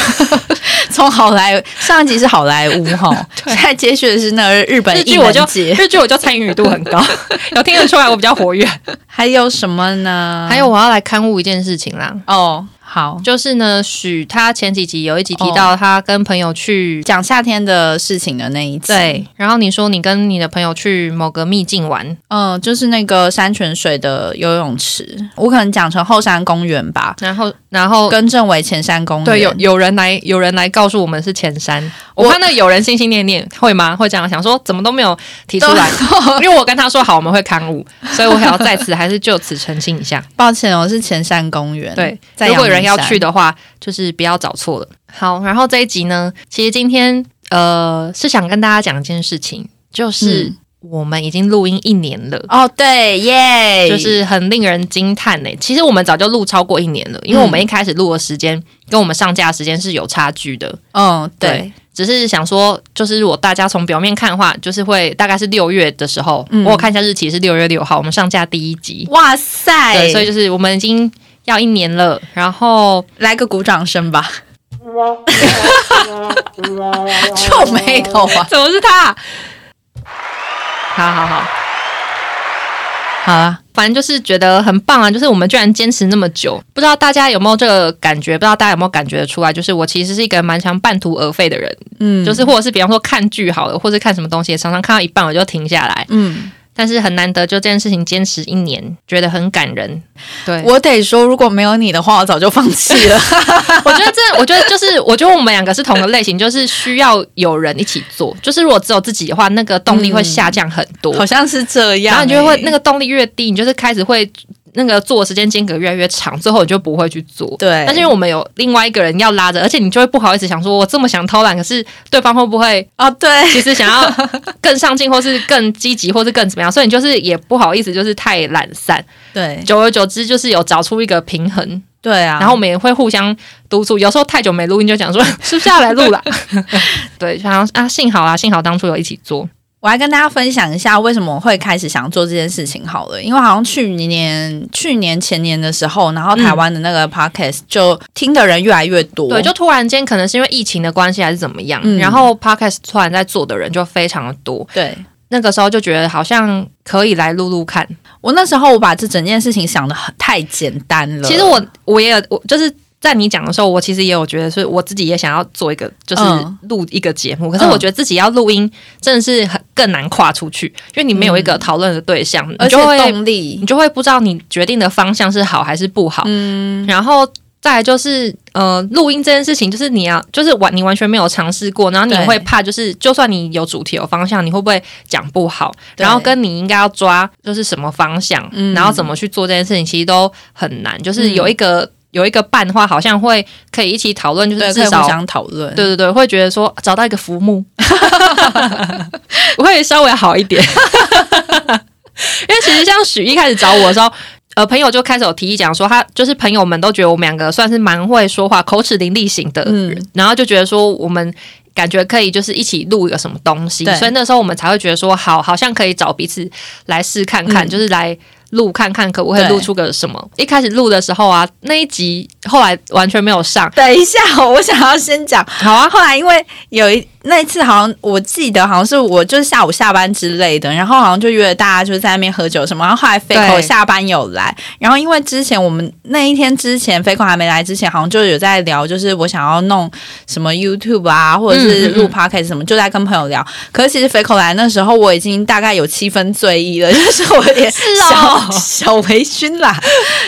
Speaker 2: 从好莱上一集是好莱坞 哈，现在接续的是那个日本
Speaker 1: 日
Speaker 2: 艺
Speaker 1: 剧我就
Speaker 2: 人节，
Speaker 1: 日剧我就参与度很高， 有听得出来我比较活跃。
Speaker 2: 还有什么呢？
Speaker 1: 还有我要来刊物一件事情啦，
Speaker 2: 哦，好，
Speaker 1: 就是呢，许他前几集有一集提到他跟朋友去。
Speaker 2: 讲夏天的事情的那一集，
Speaker 1: 对，然后你说你跟你的朋友去某个秘境玩，
Speaker 2: 嗯，就是那个山泉水的游泳池，我可能讲成后山公园吧，
Speaker 1: 然后然后
Speaker 2: 更正为前山公园。
Speaker 1: 对有有人来有人来告诉我们是前山，我
Speaker 2: 我
Speaker 1: 看到有人心心念念会吗？会这样想说怎么都没有提出来，因为我跟他说好我们会刊物，所以我想要在此还是就此澄清一下。
Speaker 2: 抱歉哦，是前山公园。
Speaker 1: 对，
Speaker 2: 在
Speaker 1: 如果有
Speaker 2: 阳
Speaker 1: 人
Speaker 2: 明
Speaker 1: 要
Speaker 2: 山
Speaker 1: 去的话，就是不要找错了。好，然后这一集呢，其实今天呃是想跟大家讲一件事情，就是
Speaker 2: 嗯
Speaker 1: 我们已经录音一年了。
Speaker 2: 哦，对耶，
Speaker 1: 就是很令人惊叹呢、欸其实我们早就录超过一年了，因为我们一开始录的时间跟我们上架的时间是有差距的。
Speaker 2: 嗯，对
Speaker 1: 对，只是想说，就是如果大家从表面看的话，就是会大概是六月的时候，
Speaker 2: 嗯
Speaker 1: 我有看一下日期是六月六号，我们上架第一集。
Speaker 2: 哇塞，
Speaker 1: 对，所以就是我们已经要一年了，然后
Speaker 2: 来个鼓掌声吧。皱眉头啊！
Speaker 1: 怎么是他？好好好，
Speaker 2: 好啊，
Speaker 1: 反正就是觉得很棒啊！就是我们居然坚持那么久，不知道大家有没有这个感觉？不知道大家有没有感觉得出来？就是我其实是一个蛮常半途而废的人，
Speaker 2: 嗯，
Speaker 1: 就是或者是比方说看剧好了，或是看什么东西，常常看到一半我就停下来。
Speaker 2: 嗯，
Speaker 1: 但是很难得，就这件事情坚持一年，觉得很感人。对，我
Speaker 2: 我得说，如果没有你的话，我早就放弃 了。
Speaker 1: 我觉得这，我觉得就是，我觉得我们两个是同个类型，就是需要有人一起做。就是如果只有自己的话，那个动力会下降很多。
Speaker 2: 好像是这样
Speaker 1: 然
Speaker 2: 欸，
Speaker 1: 后你就会那个动力越低，你就是开始会那个做的时间间隔越来越长，最后你就不会去做。
Speaker 2: 对，
Speaker 1: 但是因为我们有另外一个人要拉着，而且你就会不好意思想说，我这么想偷懒，可是对方会不会
Speaker 2: 哦，对，
Speaker 1: 其实想要更上进，或是更积极，或是更怎么样？所以你就是也不好意思，就是太懒散。
Speaker 2: 对，
Speaker 1: 久而久之，就是有找出一个平衡，
Speaker 2: 对啊。
Speaker 1: 然后我们也会互相督促。有时候太久没录音，就讲说是不是要来录啦？对，然后啊，幸好啦，幸好当初有一起做。
Speaker 2: 我来跟大家分享一下为什么我会开始想做这件事情好了，因为好像去年、去年前年的时候，然后台湾的那个 podcast 就听的人越来越多，
Speaker 1: 对，就突然间可能是因为疫情的关系还是怎么样，
Speaker 2: 嗯
Speaker 1: 然后 podcast 突然在做的人就非常的多，
Speaker 2: 对。
Speaker 1: 那个时候就觉得好像可以来录录看。
Speaker 2: 我那时候我把这整件事情想的很太简单了，
Speaker 1: 其实我我也有我就是在你讲的时候，我其实也有觉得是我自己也想要做一个，就是
Speaker 2: 嗯
Speaker 1: 录一个节目。可是我觉得自己要录音真的是很更难跨出去，因为你没有一个讨论的对象，
Speaker 2: 嗯而
Speaker 1: 你
Speaker 2: 且
Speaker 1: 就会你
Speaker 2: 动力，
Speaker 1: 就会不知道你决定的方向是好还是不好。
Speaker 2: 嗯，
Speaker 1: 然后再来就是呃，录音这件事情，就是你要就是完你完全没有尝试过，然后你
Speaker 2: 对
Speaker 1: 会怕，就是就算你有主题有方向，你会不会讲不好？
Speaker 2: 对
Speaker 1: 然后跟你应该要抓就是什么方向，
Speaker 2: 嗯
Speaker 1: 然后怎么去做这件事情，其实都很难。就是有一个、有一个伴的话，好像会可以一起讨论，就
Speaker 2: 嗯对，
Speaker 1: 是至
Speaker 2: 可以互
Speaker 1: 少。
Speaker 2: 相讨论，
Speaker 1: 对对对，会觉得说找到一个浮木， 我会稍微好一点。 因为其实像许一开始找我的时候，呃，朋友就开始有提议讲说他，就是朋友们都觉得我们两个算是蛮会说话、口齿伶俐型的人，
Speaker 2: 嗯
Speaker 1: 然后就觉得说我们。感觉可以就是一起录一个什么东西
Speaker 2: 对，
Speaker 1: 所以那时候我们才会觉得说，好，好像可以找彼此来试看看，
Speaker 2: 嗯
Speaker 1: 就是来录看看可不可以
Speaker 2: 对
Speaker 1: 录出个什么。一开始录的时候啊，那一集后来完全没有上，
Speaker 2: 等一下，我想要先讲。
Speaker 1: 好啊，
Speaker 2: 后来因为有一那一次，好像我记得好像是我就是下午下班之类的，然后好像就约大家就是在那边喝酒什么。然后后来肥口
Speaker 1: 对
Speaker 2: 下班有来，然后因为之前我们那一天之前肥口还没来之前，好像就有在聊，就是我想要弄什么 YouTube 啊，或者是录
Speaker 1: 嗯嗯
Speaker 2: Podcast 什么，就在跟朋友聊。可是其实肥口来那时候，我已经大概有七分醉意了，就是我有点小、
Speaker 1: 哦
Speaker 2: 小微醺 啦，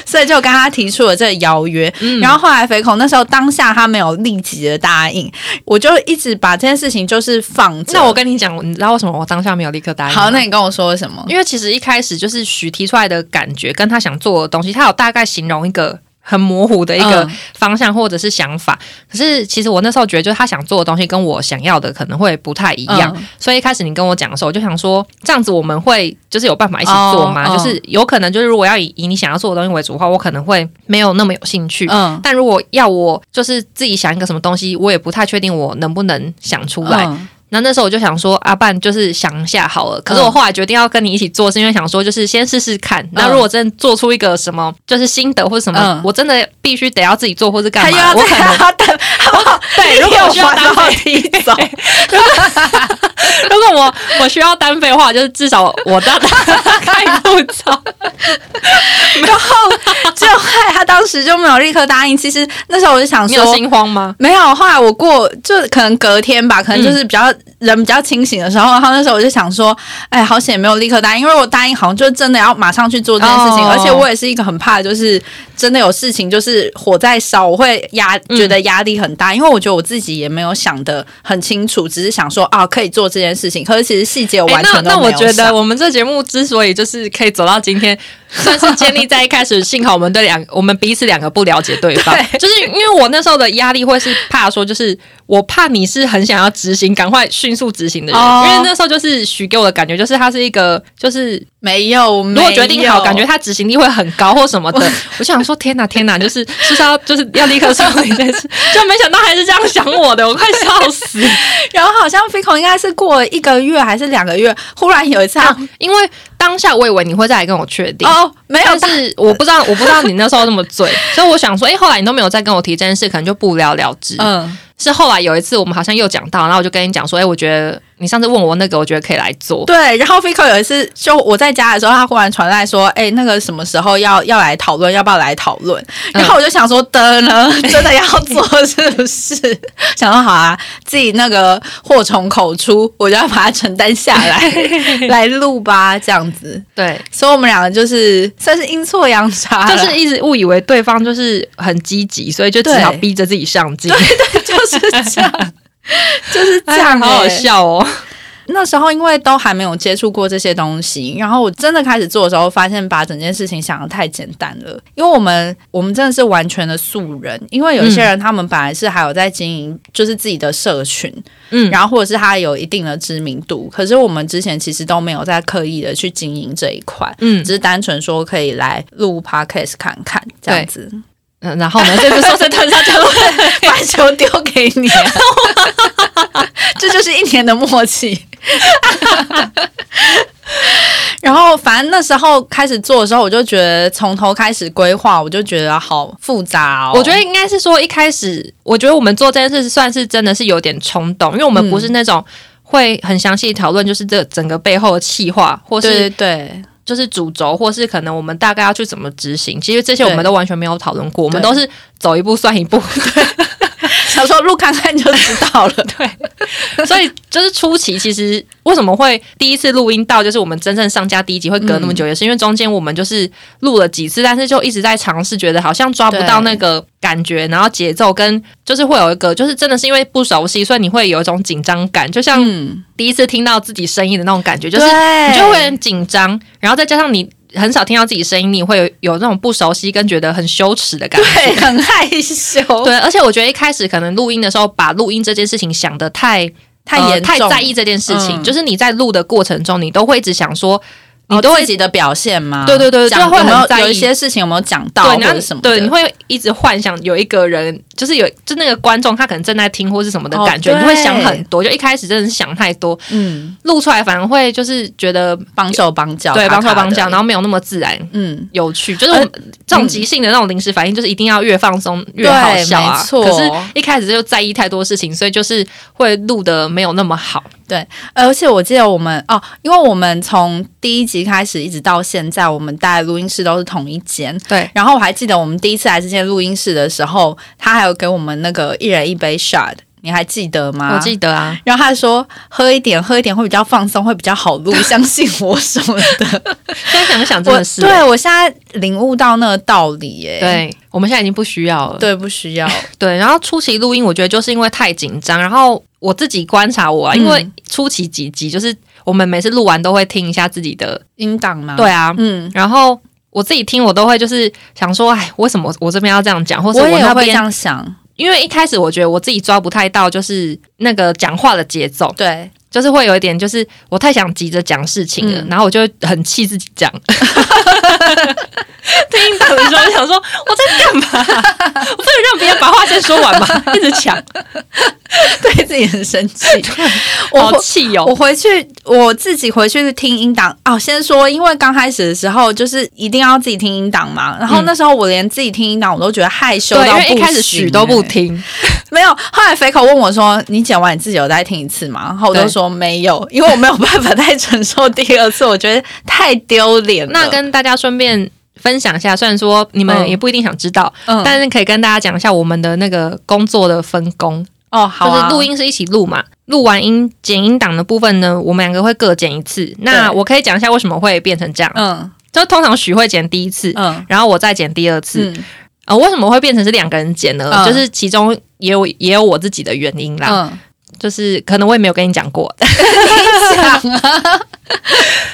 Speaker 2: 所以就跟他提出了这个邀约。
Speaker 1: 嗯
Speaker 2: 然后后来肥口那时候当下他没有立即的答应，我就一直把这件事情就是放着。
Speaker 1: 那我跟你讲，你知道为什么我当下没有立刻答应吗？
Speaker 2: 好，那你跟我说什么？
Speaker 1: 因为其实一开始就是许提出来的感觉，跟他想做的东西，他有大概形容一个很模糊的一个
Speaker 2: 嗯
Speaker 1: 方向或者是想法。可是其实我那时候觉得，就是他想做的东西跟我想要的可能会不太一样，
Speaker 2: 嗯
Speaker 1: 所以一开始你跟我讲的时候，我就想说，这样子我们会就是有办法一起做吗？
Speaker 2: 哦嗯
Speaker 1: 就是有可能就是如果要以以你想要做的东西为主的话，我可能会没有那么有兴趣。
Speaker 2: 嗯，
Speaker 1: 但如果要我就是自己想一个什么东西，我也不太确定我能不能想出来。
Speaker 2: 嗯
Speaker 1: 那那时候我就想说，阿、啊、半就是想一下好了。可是我后来决定要跟你一起做，是因为想说，就是先试试看。那如果真的做出一个什么，就是心得或什么，
Speaker 2: 嗯
Speaker 1: 我真的必须得要自己做，或是干
Speaker 2: 他又
Speaker 1: 嘛？
Speaker 2: 要
Speaker 1: 我可
Speaker 2: 再
Speaker 1: 能
Speaker 2: 他等，
Speaker 1: 对，如果我需要
Speaker 2: 把
Speaker 1: 单
Speaker 2: 刀
Speaker 1: 飞，
Speaker 2: 踢 走，
Speaker 1: 如果我我需要单飞的话，就是至少我 大大概不操。
Speaker 2: 然后就后来他当时就没有立刻答应。其实那时候我就想
Speaker 1: 你有
Speaker 2: 说，
Speaker 1: 心慌吗？
Speaker 2: 没有，后来我过就可能隔天吧，可能就是比较、人比较清醒的时候，然后那时候我就想说，哎，好险没有立刻答应，因为我答应好像就真的要马上去做这件事情，
Speaker 1: 哦
Speaker 2: 而且我也是一个很怕，就是真的有事情就是火在烧，我会压
Speaker 1: 嗯
Speaker 2: 觉得压力很大，因为我觉得我自己也没有想的很清楚，只是想说啊可以做这件事情，可是其实细节我
Speaker 1: 哎
Speaker 2: 完全
Speaker 1: 那
Speaker 2: 都没有、
Speaker 1: 那我觉得。我们这节目之所以就是可以走到今天，算是建立在一开始，幸好我们对两我们彼此两个不了解对方，
Speaker 2: 对
Speaker 1: 就是因为我那时候的压力会是怕说，就是我怕你是很想要执行，赶快迅速执行的人，
Speaker 2: 哦
Speaker 1: 因为那时候就是许给我的感觉就是他是一个就是
Speaker 2: 没有，
Speaker 1: 如
Speaker 2: 如
Speaker 1: 果决定好，感觉他执行力会很高或什么的，我就想说天哪天哪，就是是不是要就是要立 刻处理这事，就没想到还是这样想我的，我快笑死。
Speaker 2: 然后好像 Fico 应该是过了一个月还是两个月，忽然有一次他、
Speaker 1: 啊因为当下我以为你会再来跟我确定，
Speaker 2: 哦，没有
Speaker 1: 但是我不知道，我不知道你那时候那么 醉，所以我想说，哎、后来你都没有再跟我提这件事，可能就不了了之。
Speaker 2: 嗯，
Speaker 1: 是后来有一次我们好像又讲到，然后我就跟你讲说，哎、我觉得你上次问我那个，我觉得可以来做。
Speaker 2: 对，然后 Fico 有一次，就我在家的时候，他忽然传来说：“哎、那个什么时候要要来讨论，要不要来讨论？”
Speaker 1: 嗯
Speaker 2: 然后我就想说：“的呢， 真的要做是不是？”想说好啊，自己那个祸从口出，我就要把它承担下 来，来录吧，这样子。
Speaker 1: 对，
Speaker 2: 所以我们两个就是算是阴错阳差
Speaker 1: 就
Speaker 2: 啦，
Speaker 1: 是一直误以为对方就是很积极，所以就只好
Speaker 2: 对
Speaker 1: 逼着自己上进。
Speaker 2: 就是就是这样、
Speaker 1: 哎，好好
Speaker 2: 哎
Speaker 1: 笑哦！
Speaker 2: 那时候因为都还没有接触过这些东西，然后我真的开始做的时候，发现把整件事情想的太简单了。因为我们我们真的是完全的素人，因为有一些人他们本来是还有在经营，就是自己的社群，
Speaker 1: 嗯
Speaker 2: 然后或者是他有一定的知名度，可是我们之前其实都没有在刻意的去经营这一块，
Speaker 1: 嗯
Speaker 2: 只是单纯说可以来录 podcast 看看这样子，
Speaker 1: 嗯，然后呢，这个说是大家都
Speaker 2: 把球丢给你、啊， 这就是一年的默契。 然后，反正那时候开始做的时候，我就觉得从头开始规划，我就觉得好复杂哦。
Speaker 1: 我觉得应该是说一开始，我觉得我们做这件事算是真的是有点冲动，因为我们不是那种会很详细讨论，就是这整个背后的企划，或
Speaker 2: 对对
Speaker 1: 是
Speaker 2: 对，
Speaker 1: 就是主轴，或是可能我们大概要去怎么执行。其实这些
Speaker 2: 对
Speaker 1: 我们都完全没有讨论过，我们都是走一步算一步。
Speaker 2: 想说录看看就知道 了。
Speaker 1: 所以就是初期，其实为什么会第一次录音到，就是我们真正上架第一集会隔那么久，也是因为中间我们就是录了几次，但是就一直在尝试，觉得好像抓不到那个感觉，然后节奏跟就是会有一个，就是真的是因为不熟悉，所以你会有一种紧张感，就像
Speaker 2: 嗯，
Speaker 1: 第一次听到自己声音的那种感觉，就是
Speaker 2: 对
Speaker 1: 你就会很紧张，然后再加上你。很少听到自己声音，你会有有那种不熟悉跟觉得很羞耻的感觉。
Speaker 2: 对很害羞，
Speaker 1: 对，而且我觉得一开始可能录音的时候，把录音这件事情想得太
Speaker 2: 太
Speaker 1: 呃
Speaker 2: 严重，
Speaker 1: 太在意这件事情，
Speaker 2: 嗯
Speaker 1: 就是你在录的过程中，你都会一直想说，你
Speaker 2: 哦
Speaker 1: 都会、
Speaker 2: 自己的表现吗？
Speaker 1: 对对对
Speaker 2: 讲
Speaker 1: 就会
Speaker 2: 有
Speaker 1: 很
Speaker 2: 没
Speaker 1: 在
Speaker 2: 有
Speaker 1: 意
Speaker 2: 有一些事情有没有讲到
Speaker 1: 对，
Speaker 2: 或
Speaker 1: 然后
Speaker 2: 者什么的？
Speaker 1: 对，你会一直幻想有一个人，就是有就那个观众他可能正在听或是什么的
Speaker 2: 哦
Speaker 1: 感觉，你会想很
Speaker 2: 对
Speaker 1: 多，就一开始真的是想太多，
Speaker 2: 嗯
Speaker 1: 录出来反而会就是觉得
Speaker 2: 帮手帮脚，
Speaker 1: 对
Speaker 2: 卡
Speaker 1: 帮
Speaker 2: 卡
Speaker 1: 手帮
Speaker 2: 的
Speaker 1: 脚，然后没有那么自然。
Speaker 2: 嗯。
Speaker 1: 有趣，就是我们这种即兴的那种临时反应，就是一定要越放松越好笑啊。
Speaker 2: 没错
Speaker 1: 可是一开始就在意太多事情，所以就是会录的没有那么好。
Speaker 2: 呃而且我记得我们哦，因为我们从第一集开始一直到现在，我们带录音室都是同一间。
Speaker 1: 对，
Speaker 2: 然后我还记得我们第一次来这间录音室的时候，他还有给我们那个一人一杯 shot，你还记得吗？
Speaker 1: 我记得啊，
Speaker 2: 然后他说喝一点，喝一点会比较放松，会比较好录，相信我什么的。
Speaker 1: 现在想 想真
Speaker 2: 我
Speaker 1: 的是欸、
Speaker 2: 对我现在领悟到那个道理耶。
Speaker 1: 对，我们现在已经不需要了。
Speaker 2: 对，不需要。
Speaker 1: 对，然后初期录音，我觉得就是因为太紧张，然后我自己观察我啊，因为初期几集就是我们每次录完都会听一下自己的，
Speaker 2: 音档吗？
Speaker 1: 对，啊，
Speaker 2: 嗯，
Speaker 1: 然后我自己听我都会就是想说，哎，为什么我这边要这样讲，或者
Speaker 2: 我也
Speaker 1: 那
Speaker 2: 会这
Speaker 1: 边，
Speaker 2: 样想。
Speaker 1: 因为一开始我觉得我自己抓不太到，就是那个讲话的节奏，
Speaker 2: 对，
Speaker 1: 就是会有一点，就是我太想急着讲事情了，
Speaker 2: 嗯
Speaker 1: 然后我就会很气自己讲。 听到的时候就想说我在干嘛？我不能让别人把话先说完 吧，一直抢，
Speaker 2: 对自己很生 气。我
Speaker 1: 好气哦！
Speaker 2: 我回去我自己回去听音档哦。先说，因为刚开始的时候就是一定要自己听音档嘛，然后那时候我连自己听音档我都觉得害羞
Speaker 1: 嗯对，
Speaker 2: 到
Speaker 1: 因
Speaker 2: 不
Speaker 1: 为
Speaker 2: 行
Speaker 1: 一开始许都不
Speaker 2: 欸，
Speaker 1: 听，
Speaker 2: 没有。后来肥口问我说：“你剪完你自己有再听一次吗？”然后我
Speaker 1: 对
Speaker 2: 就说没有，因为我没有办法再承受第二次，我觉得太丢脸了。
Speaker 1: 那跟大家顺便分享一下，虽然说你们
Speaker 2: 嗯
Speaker 1: 也不一定想知道，
Speaker 2: 嗯
Speaker 1: 但是可以跟大家讲一下我们的那个工作的分工，
Speaker 2: 哦好
Speaker 1: 就是
Speaker 2: 啊，
Speaker 1: 录音是一起录嘛。录完音剪音档的部分呢，我们两个会各剪一次。那
Speaker 2: 对
Speaker 1: 我可以讲一下为什么会变成这样，
Speaker 2: 嗯
Speaker 1: 就通常许会剪第一次，
Speaker 2: 嗯
Speaker 1: 然后我再剪第二次。
Speaker 2: 嗯
Speaker 1: 呃，为什么会变成是两个人剪呢？
Speaker 2: 嗯
Speaker 1: 就是其中也有也有我自己的原因啦，
Speaker 2: 嗯，
Speaker 1: 就是可能我也没有跟你讲过，
Speaker 2: 讲啊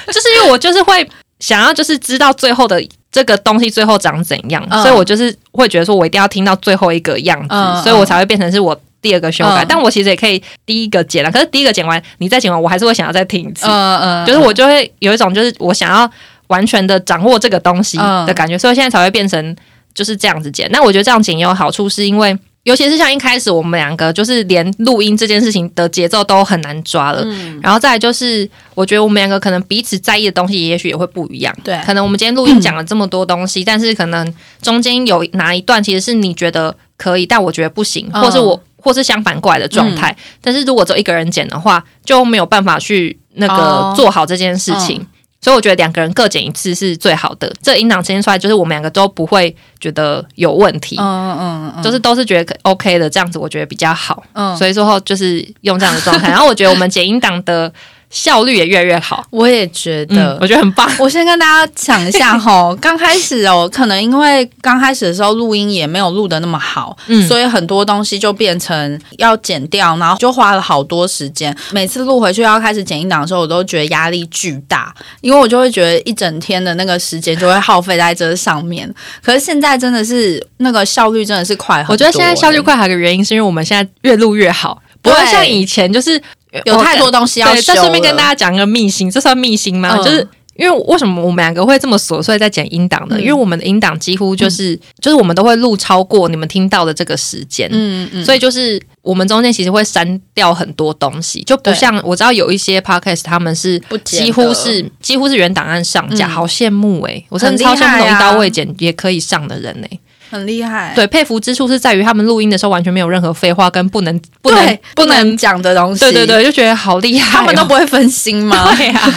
Speaker 1: 就是因为我就是会想要就是知道最后的这个东西最后长怎样，
Speaker 2: 嗯
Speaker 1: 所以我就是会觉得说我一定要听到最后一个样子，
Speaker 2: 嗯
Speaker 1: 所以我才会变成是我第二个修改。
Speaker 2: 嗯
Speaker 1: 但我其实也可以第一个剪啊了，可是第一个剪完你再剪完，我还是会想要再听一次，
Speaker 2: 嗯嗯，
Speaker 1: 就是我就会有一种就是我想要完全的掌握这个东西
Speaker 2: 嗯
Speaker 1: 的感觉，所以现在才会变成就是这样子剪。那我觉得这样剪也有好处，是因为。尤其是像一开始我们两个就是连录音这件事情的节奏都很难抓了，
Speaker 2: 嗯
Speaker 1: 然后再来就是我觉得我们两个可能彼此在意的东西也许也会不一样，
Speaker 2: 对
Speaker 1: 可能我们今天录音讲了这么多东西，但是可能中间有哪一段其实是你觉得可以，但我觉得不行，
Speaker 2: 嗯
Speaker 1: 或是我或是相反过来的状态。但是如果只有一个人剪的话，就没有办法去那
Speaker 2: 哦
Speaker 1: 个做好这件事情。所以我觉得两个人各剪一次是最好的。这音档剪出来，就是我们两个都不会觉得有问题，
Speaker 2: 嗯嗯嗯，
Speaker 1: 就是都是觉得 OK 的，这样子我觉得比较好。
Speaker 2: 嗯
Speaker 1: 所以最后就是用这样的状态。然后我觉得我们剪音档的效率也越来越好。
Speaker 2: 我也觉得。
Speaker 1: 嗯，我觉得很棒。
Speaker 2: 我先跟大家讲一下哈， 刚开始哦，可能因为刚开始的时候录音也没有录的那么好，
Speaker 1: 嗯
Speaker 2: 所以很多东西就变成要剪掉，然后就花了好多时间。每次录回去要开始剪音档的时候，我都觉得压力巨大，因为我就会觉得一整天的那个时间就会耗费在这上面。可是现在真的是那个效率真的是快很多，
Speaker 1: 我觉得现在效率快好的原因，是因为我们现在越录越好，不会
Speaker 2: 对
Speaker 1: 像以前就是呃哦
Speaker 2: 有太多东西要
Speaker 1: 对，在
Speaker 2: 修了。
Speaker 1: 顺便跟大家讲个秘辛，这算秘辛吗？
Speaker 2: 嗯
Speaker 1: 就是。因为为什么我们两个会这么琐碎在剪音档呢？
Speaker 2: 嗯
Speaker 1: 因为我们的音档几乎就是、就是我们都会录超过你们听到的这个时间，
Speaker 2: 嗯嗯，
Speaker 1: 所以就是我们中间其实会删掉很多东西，就不
Speaker 2: 对
Speaker 1: 像我知道有一些 podcast 他们是
Speaker 2: 不剪的
Speaker 1: 几乎是几乎是原档案上架，
Speaker 2: 嗯
Speaker 1: 好羡慕诶、我真的
Speaker 2: 很厉
Speaker 1: 超羡
Speaker 2: 害
Speaker 1: 慕那种一刀
Speaker 2: 啊
Speaker 1: 未剪也可以上的人诶、欸
Speaker 2: 很厉害。
Speaker 1: 对，佩服之处是在于他们录音的时候完全没有任何废话，跟不能不能
Speaker 2: 对不能讲的东西，
Speaker 1: 对对对，就觉得好厉害哦、
Speaker 2: 他们都不会啊分心吗？
Speaker 1: 对呀、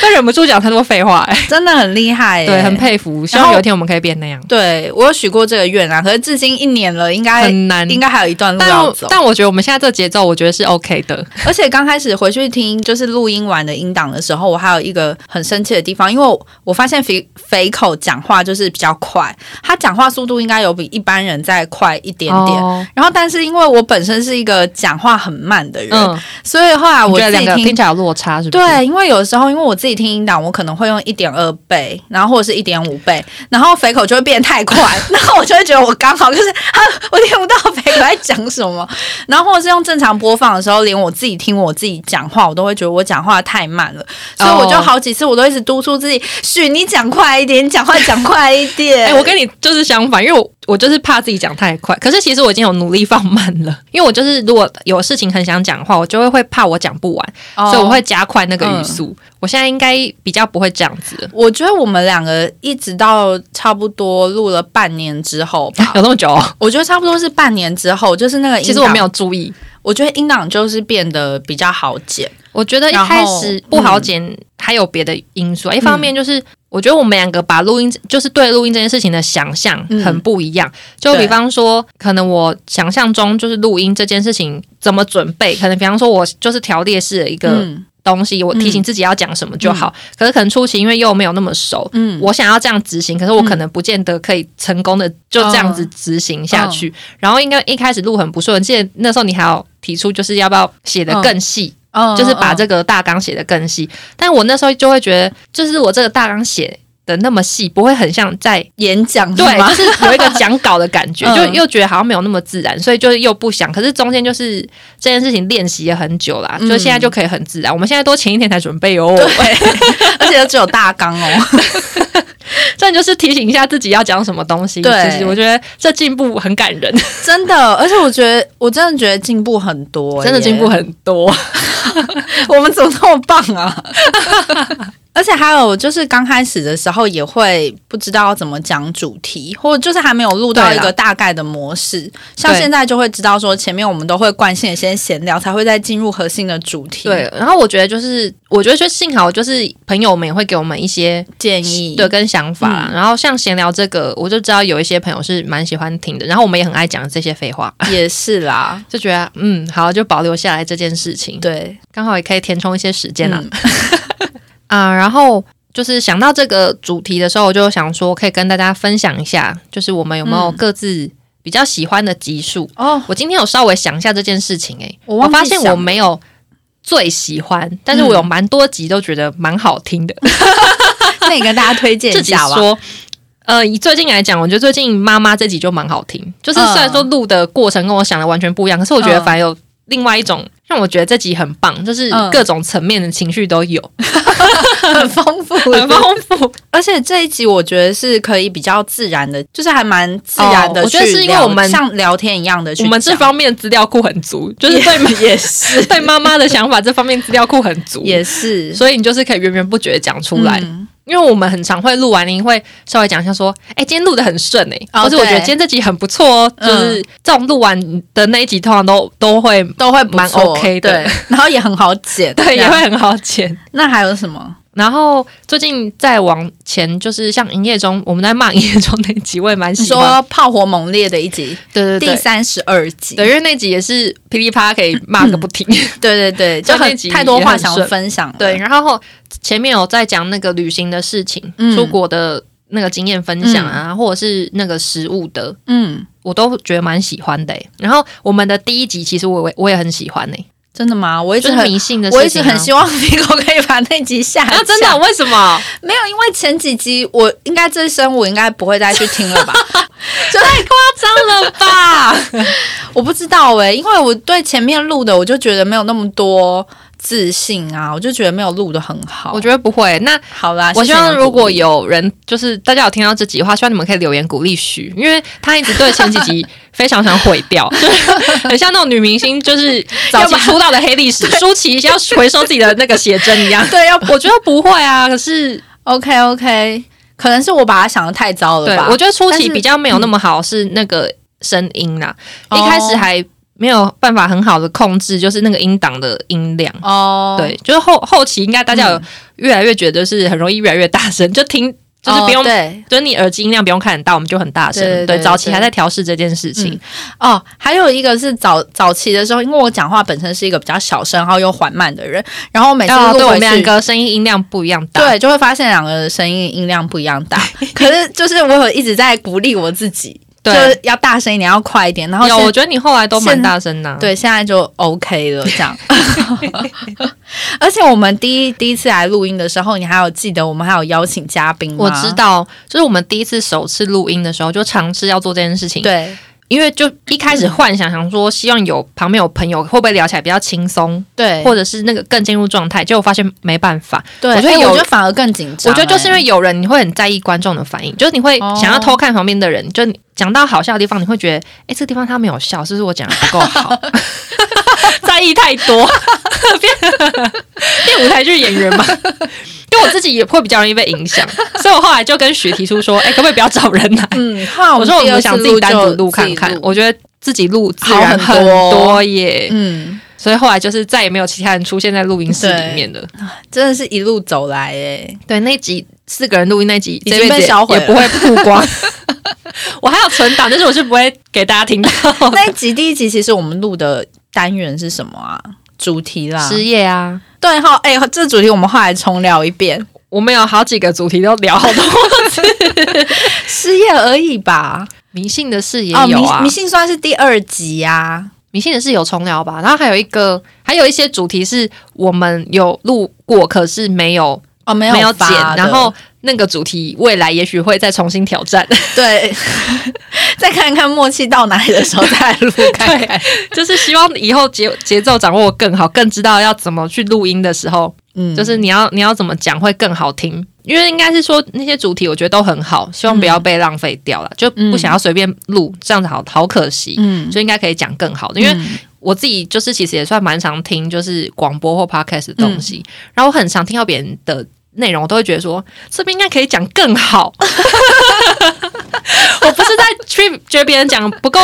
Speaker 1: 但忍不住讲太多废话、哎，
Speaker 2: 真的很厉害、欸，
Speaker 1: 对，很。佩服。希望有一天我们可以变那样，
Speaker 2: 对我有许过这个愿啊，可是至今一年了，应该
Speaker 1: 很难。
Speaker 2: 哎应该还有一段路
Speaker 1: 但
Speaker 2: 要
Speaker 1: 我
Speaker 2: 走。哦
Speaker 1: 但我觉得我们现在这节奏，我觉得是 OK 的。
Speaker 2: 而且刚开始回去听就是录音完的音档的时候，我还有一个很生气的地方，因为我我发现肥肥口讲话就是比较快，他讲话速度应该有比一般人再快一点点。
Speaker 1: 哦
Speaker 2: 然后，但是因为我本身是一个讲话很慢的人，
Speaker 1: 嗯，
Speaker 2: 所以后来
Speaker 1: 我
Speaker 2: 啊我
Speaker 1: 觉得
Speaker 2: 自
Speaker 1: 两
Speaker 2: 己
Speaker 1: 个
Speaker 2: 听
Speaker 1: 听起来有落差，是不是？，
Speaker 2: 对，因为有时候因为我自己听音档，我可能会用一点二倍，然后或者是一点五倍，然后肥口就会变太 快，然后我就会觉得我刚好就是啊， 我听不到肥口在讲什么，然后或者是用正常播放的时候，连我自己听我自己讲话，我都会觉得我讲话太慢了，所以我就
Speaker 1: 哦
Speaker 2: 好几次我都一直督促自己，许你讲快一点，你讲话讲快一点。
Speaker 1: 哎、我跟你就是相反，因为我我就是怕自己讲太快。可是其实我已经有努力放慢了，因为我就是如果有事情很想讲的话，我就会会怕我讲不完，
Speaker 2: 哦
Speaker 1: 所以我会加快那个语速。我现在应该比较不会这样子了，，
Speaker 2: 我觉得我们两个一直到差不多录了半年之后吧
Speaker 1: 有那么久哦、
Speaker 2: 我觉得差不多是半年之后，就是那个
Speaker 1: 其
Speaker 2: 音
Speaker 1: 实我
Speaker 2: 档
Speaker 1: 没有注意，
Speaker 2: 我觉得音档就是变得比较好剪，
Speaker 1: 我觉得一开始不好剪，嗯还有别的因素啊。一方面就是，我觉得我们两个把录音，就是对录音这件事情的想象
Speaker 2: 嗯
Speaker 1: 很不一样。就比
Speaker 2: 对
Speaker 1: 方说，可能我想象中就是录音这件事情怎么准备，可能比方说我就是条列式的一个
Speaker 2: 嗯
Speaker 1: 东西，我提醒自己要讲什么就好。可是可能初期因为又没有那么熟。
Speaker 2: 嗯，
Speaker 1: 我想要这样执行，可是我可能不见得可以成功的就这样子
Speaker 2: 哦
Speaker 1: 执行下去。然后应该一开始录很不顺，记得那时候你还有提出就是要不要写的更细，
Speaker 2: 嗯
Speaker 1: 就是把这个大纲写得更细。但我那时候就会觉得，就是我这个大纲写的那么细，不会很像在
Speaker 2: 演讲是
Speaker 1: 对，
Speaker 2: 吗？
Speaker 1: 就是有一个讲稿的感 觉，
Speaker 2: 嗯
Speaker 1: 就又觉得好像没有那么自然，所以就是又不想。可是中间就是这件事情练习了很久啦，
Speaker 2: 嗯
Speaker 1: 就现在就可以很自然。我们现在都前一天才准备 哦，
Speaker 2: 而且只有大纲哦。
Speaker 1: 这样就是提醒一下自己要讲什么东西。
Speaker 2: 对
Speaker 1: 其实我觉得这进步很感人，
Speaker 2: 真的，而且我觉得我真的觉得进步很 多，
Speaker 1: 真的进步
Speaker 2: 很。
Speaker 1: 很 多。
Speaker 2: 我们怎么那么棒啊？ 而且还有就是刚开始的时候也会不知道怎么讲主题，或者就是还没有录到
Speaker 1: 对
Speaker 2: 一
Speaker 1: 啦
Speaker 2: 个大概的模式。像
Speaker 1: 对
Speaker 2: 现在就会知道说前面我们都会惯性的先闲聊，才会再进入核心的主题。
Speaker 1: 对，然后我觉得就是，我觉得就幸好就是朋友们也会给我们一些
Speaker 2: 建议
Speaker 1: 对跟想法啦。然后像闲聊这个，我就知道有一些朋友是蛮喜欢听的，然后我们也很爱讲这些废话，
Speaker 2: 也是啦，
Speaker 1: 就觉得嗯好，就保留下来这件事情，
Speaker 2: 对，
Speaker 1: 刚好也可以填充一些时间啊。啊、然后就是想到这个主题的时候，我就想说可以跟大家分享一下，就是我们有没有
Speaker 2: 嗯
Speaker 1: 各自比较喜欢的集数。
Speaker 2: 哦，
Speaker 1: 我今天有稍微想一下这件事情、欸，诶，
Speaker 2: 我
Speaker 1: 我
Speaker 2: 忘记
Speaker 1: 发现
Speaker 2: 想嗯
Speaker 1: 我没有最喜欢，但是我有蛮多集都觉得蛮好听的。
Speaker 2: 那你跟大家推荐
Speaker 1: 自
Speaker 2: 一
Speaker 1: 己
Speaker 2: 下吧。
Speaker 1: 说，呃，以最近来讲，我觉得最近妈妈这集就蛮好听，就是虽然说录的过程跟我想的完全不一样，可是我觉得
Speaker 2: 嗯
Speaker 1: 反而有另外一种让我觉得这集很棒，就是
Speaker 2: 嗯
Speaker 1: 各种层面的情绪都有，
Speaker 2: 很丰富，
Speaker 1: 很丰富。
Speaker 2: 而且这一集我觉得是可以比较自然的，就是还蛮自然的、
Speaker 1: 哦我觉得是因为我们
Speaker 2: 像聊天一样的去
Speaker 1: 我
Speaker 2: 讲，
Speaker 1: 们这方面资料库很足， 就是对妈
Speaker 2: 也是
Speaker 1: 对妈妈的想法这方面资料库很足，
Speaker 2: 也是
Speaker 1: 所以你就是可以源源不绝的讲 出来。
Speaker 2: 嗯
Speaker 1: 因为我们很常会录完，你会稍微讲一下说，哎、今天录的很顺哎、
Speaker 2: 哦
Speaker 1: 或者我觉得今
Speaker 2: 对
Speaker 1: 天这集很不错哦，就
Speaker 2: 嗯
Speaker 1: 是这种录完的那一集，通常都都会
Speaker 2: 都会不
Speaker 1: 蛮
Speaker 2: 错
Speaker 1: OK 的
Speaker 2: 对，然后也很好解，
Speaker 1: 对，
Speaker 2: 这
Speaker 1: 也
Speaker 2: 样
Speaker 1: 会很好剪。
Speaker 2: 那还有什么？
Speaker 1: 然后最近再往前，就是像营业中，我们在骂营业中那集，我也蛮
Speaker 2: 你
Speaker 1: 喜欢。
Speaker 2: 说炮火猛烈的一集，
Speaker 1: 对对
Speaker 2: 第
Speaker 1: 对，
Speaker 2: 三十二集，
Speaker 1: 对，因为那集也是噼里啪啦可以骂个不 停。
Speaker 2: 对对对，就
Speaker 1: 那
Speaker 2: 很
Speaker 1: 集
Speaker 2: 太多
Speaker 1: 也
Speaker 2: 话
Speaker 1: 很
Speaker 2: 想要
Speaker 1: 顺
Speaker 2: 分享了，
Speaker 1: 对，然后前面有在讲那个旅行的事情，
Speaker 2: 嗯
Speaker 1: 出国的那个经验分享啊，或者是那个食物的，
Speaker 2: 嗯，
Speaker 1: 我都觉得蛮喜欢的、欸。然后我们的第一集其实我也我也很喜欢呢、欸，
Speaker 2: 真的吗？我一直
Speaker 1: 就是
Speaker 2: 很
Speaker 1: 迷信的事情、啊。
Speaker 2: 我一直很希望 Vigo 可以把那集下架。
Speaker 1: 啊，真的？为什么？
Speaker 2: 没有，因为前几集我应该这一生我应该不会再去听 了吧？就太夸张了吧？ 我不知道哎、因为我对前面录的我就觉得没有那么多自信啊，我就觉得没有录的很好。
Speaker 1: 我觉得不会。那
Speaker 2: 好啦，
Speaker 1: 我希
Speaker 2: 谢谢你
Speaker 1: 望
Speaker 2: 的
Speaker 1: 如
Speaker 2: 鼓
Speaker 1: 果
Speaker 2: 励
Speaker 1: 有人就是大家有听到这集的话，希望你们可以留言鼓励许，因为他一直对前几集非常想毁 掉，就是很像那种女明星就是早期出道的黑历史，舒淇要回收自己的那个写真
Speaker 2: 。
Speaker 1: 一样
Speaker 2: 对要
Speaker 1: 我觉得不会啊，可是
Speaker 2: OK OK，可能是我把它想的太糟了
Speaker 1: 对
Speaker 2: 吧？
Speaker 1: 我觉得初
Speaker 2: 但
Speaker 1: 期
Speaker 2: 是
Speaker 1: 比较没有那么好是那个声音啦，
Speaker 2: 哦
Speaker 1: 一开始还没有办法很好的控制，就是那个音档的音量。
Speaker 2: 哦，
Speaker 1: 对，就是后后期应该大家有越来越觉得是很容易越来越大声，就听就是不用
Speaker 2: 哦对
Speaker 1: 就是你耳机音量不用开很大，我们就很大声。
Speaker 2: 对对对
Speaker 1: 早期还在调试这件事情。
Speaker 2: 哦，还有一个是早早期的时候，因为我讲话本身是一个比较小声，然后又缓慢的人，然后每次
Speaker 1: 哦，
Speaker 2: 录
Speaker 1: 对我
Speaker 2: 回
Speaker 1: 们两
Speaker 2: 去，
Speaker 1: 个声音音量不一样大。，
Speaker 2: 对，就会发现两个人声音音量不一样 大。可是就是我有一直在鼓励我自己，就
Speaker 1: 对
Speaker 2: 是要大声一点，要快一点，然后
Speaker 1: 有，
Speaker 2: 现
Speaker 1: 我觉得你后来都蛮大声的、啊。
Speaker 2: 对，现在就 OK 了，这样。而且我们第一第一次来录音的时候，你还有记得我们还有邀请嘉宾吗？
Speaker 1: 我知，道，就是我们第一次首次录音的时候，就尝试要做这件事情。，
Speaker 2: 对，
Speaker 1: 因为就一开始幻想想说，希望有旁边有朋友，会不会聊起来比较轻松，
Speaker 2: 对，
Speaker 1: 或者是那个更进入状态。结果发现没办法，
Speaker 2: 对，
Speaker 1: 我觉得
Speaker 2: 哎
Speaker 1: 有
Speaker 2: 我觉得反而更紧张、
Speaker 1: 我觉得就是因
Speaker 2: 哎
Speaker 1: 为有人，你会很在意观众的反应，就是你会想要偷看旁边的人，就你讲到好笑的地方，你会觉得，哎、这个地方他没有笑，是不是我讲的不够好？在意太多，变变舞台剧演员嘛。 因为我自己也会比较容易被影响，所以我后来就跟许提出说，哎、可不可以不要找人来？
Speaker 2: 嗯，后来
Speaker 1: 我哦说我
Speaker 2: 第
Speaker 1: 们
Speaker 2: 二
Speaker 1: 想
Speaker 2: 次
Speaker 1: 自己单独
Speaker 2: 就
Speaker 1: 录
Speaker 2: 自己
Speaker 1: 看看
Speaker 2: 录，
Speaker 1: 我觉得。自己录自
Speaker 2: 好
Speaker 1: 然
Speaker 2: 很
Speaker 1: 很
Speaker 2: 多
Speaker 1: 多耶，
Speaker 2: 嗯。
Speaker 1: 所以后来就是再也没有其他人出现在录音室里面了。
Speaker 2: 真的是一路走来哎、
Speaker 1: 对，那集四个人录音那集
Speaker 2: 已经被
Speaker 1: 这辈子也
Speaker 2: 销毁了
Speaker 1: 也不会曝 光。我还有存档，但是我是不会给大家听到
Speaker 2: 那一集第一集其实我们录的单元是什么啊？主题 啦，
Speaker 1: 失业啊。
Speaker 2: 对后哎、这主题我们后来重聊一遍，
Speaker 1: 我们有好几个主题都聊好多，
Speaker 2: 失业而已吧。哦
Speaker 1: 迷信的事也有啊，
Speaker 2: 迷迷信算是第二集啊呀、
Speaker 1: 迷信的事有重聊吧。然后还有一个，还有一些主题是我们有录过，可是没有
Speaker 2: 哦，没
Speaker 1: 没有
Speaker 2: 发
Speaker 1: 剪，
Speaker 2: 的
Speaker 1: 然后那个主题未来也许会再重新挑战，
Speaker 2: 对， 再看看默契到哪里的时候再来录 看看。
Speaker 1: 就是希望以后节节奏掌握更好，更知道要怎么去录音的时候，
Speaker 2: 嗯，
Speaker 1: 就是你要你要怎么讲会更好听，因为应该是说那些主题我觉得都很好，希望不
Speaker 2: 嗯
Speaker 1: 要被浪费掉了，就不想要随便录，这样子好好可惜，
Speaker 2: 嗯，
Speaker 1: 就应该可以讲更好的，因为
Speaker 2: 嗯
Speaker 1: 我自己就是其实也算蛮常听就是广播或 podcast 的
Speaker 2: 嗯
Speaker 1: 东西，然后我很常听到别人的内容，我都会觉得说这边应该可以讲更好， 我不是在去觉得别人讲不够。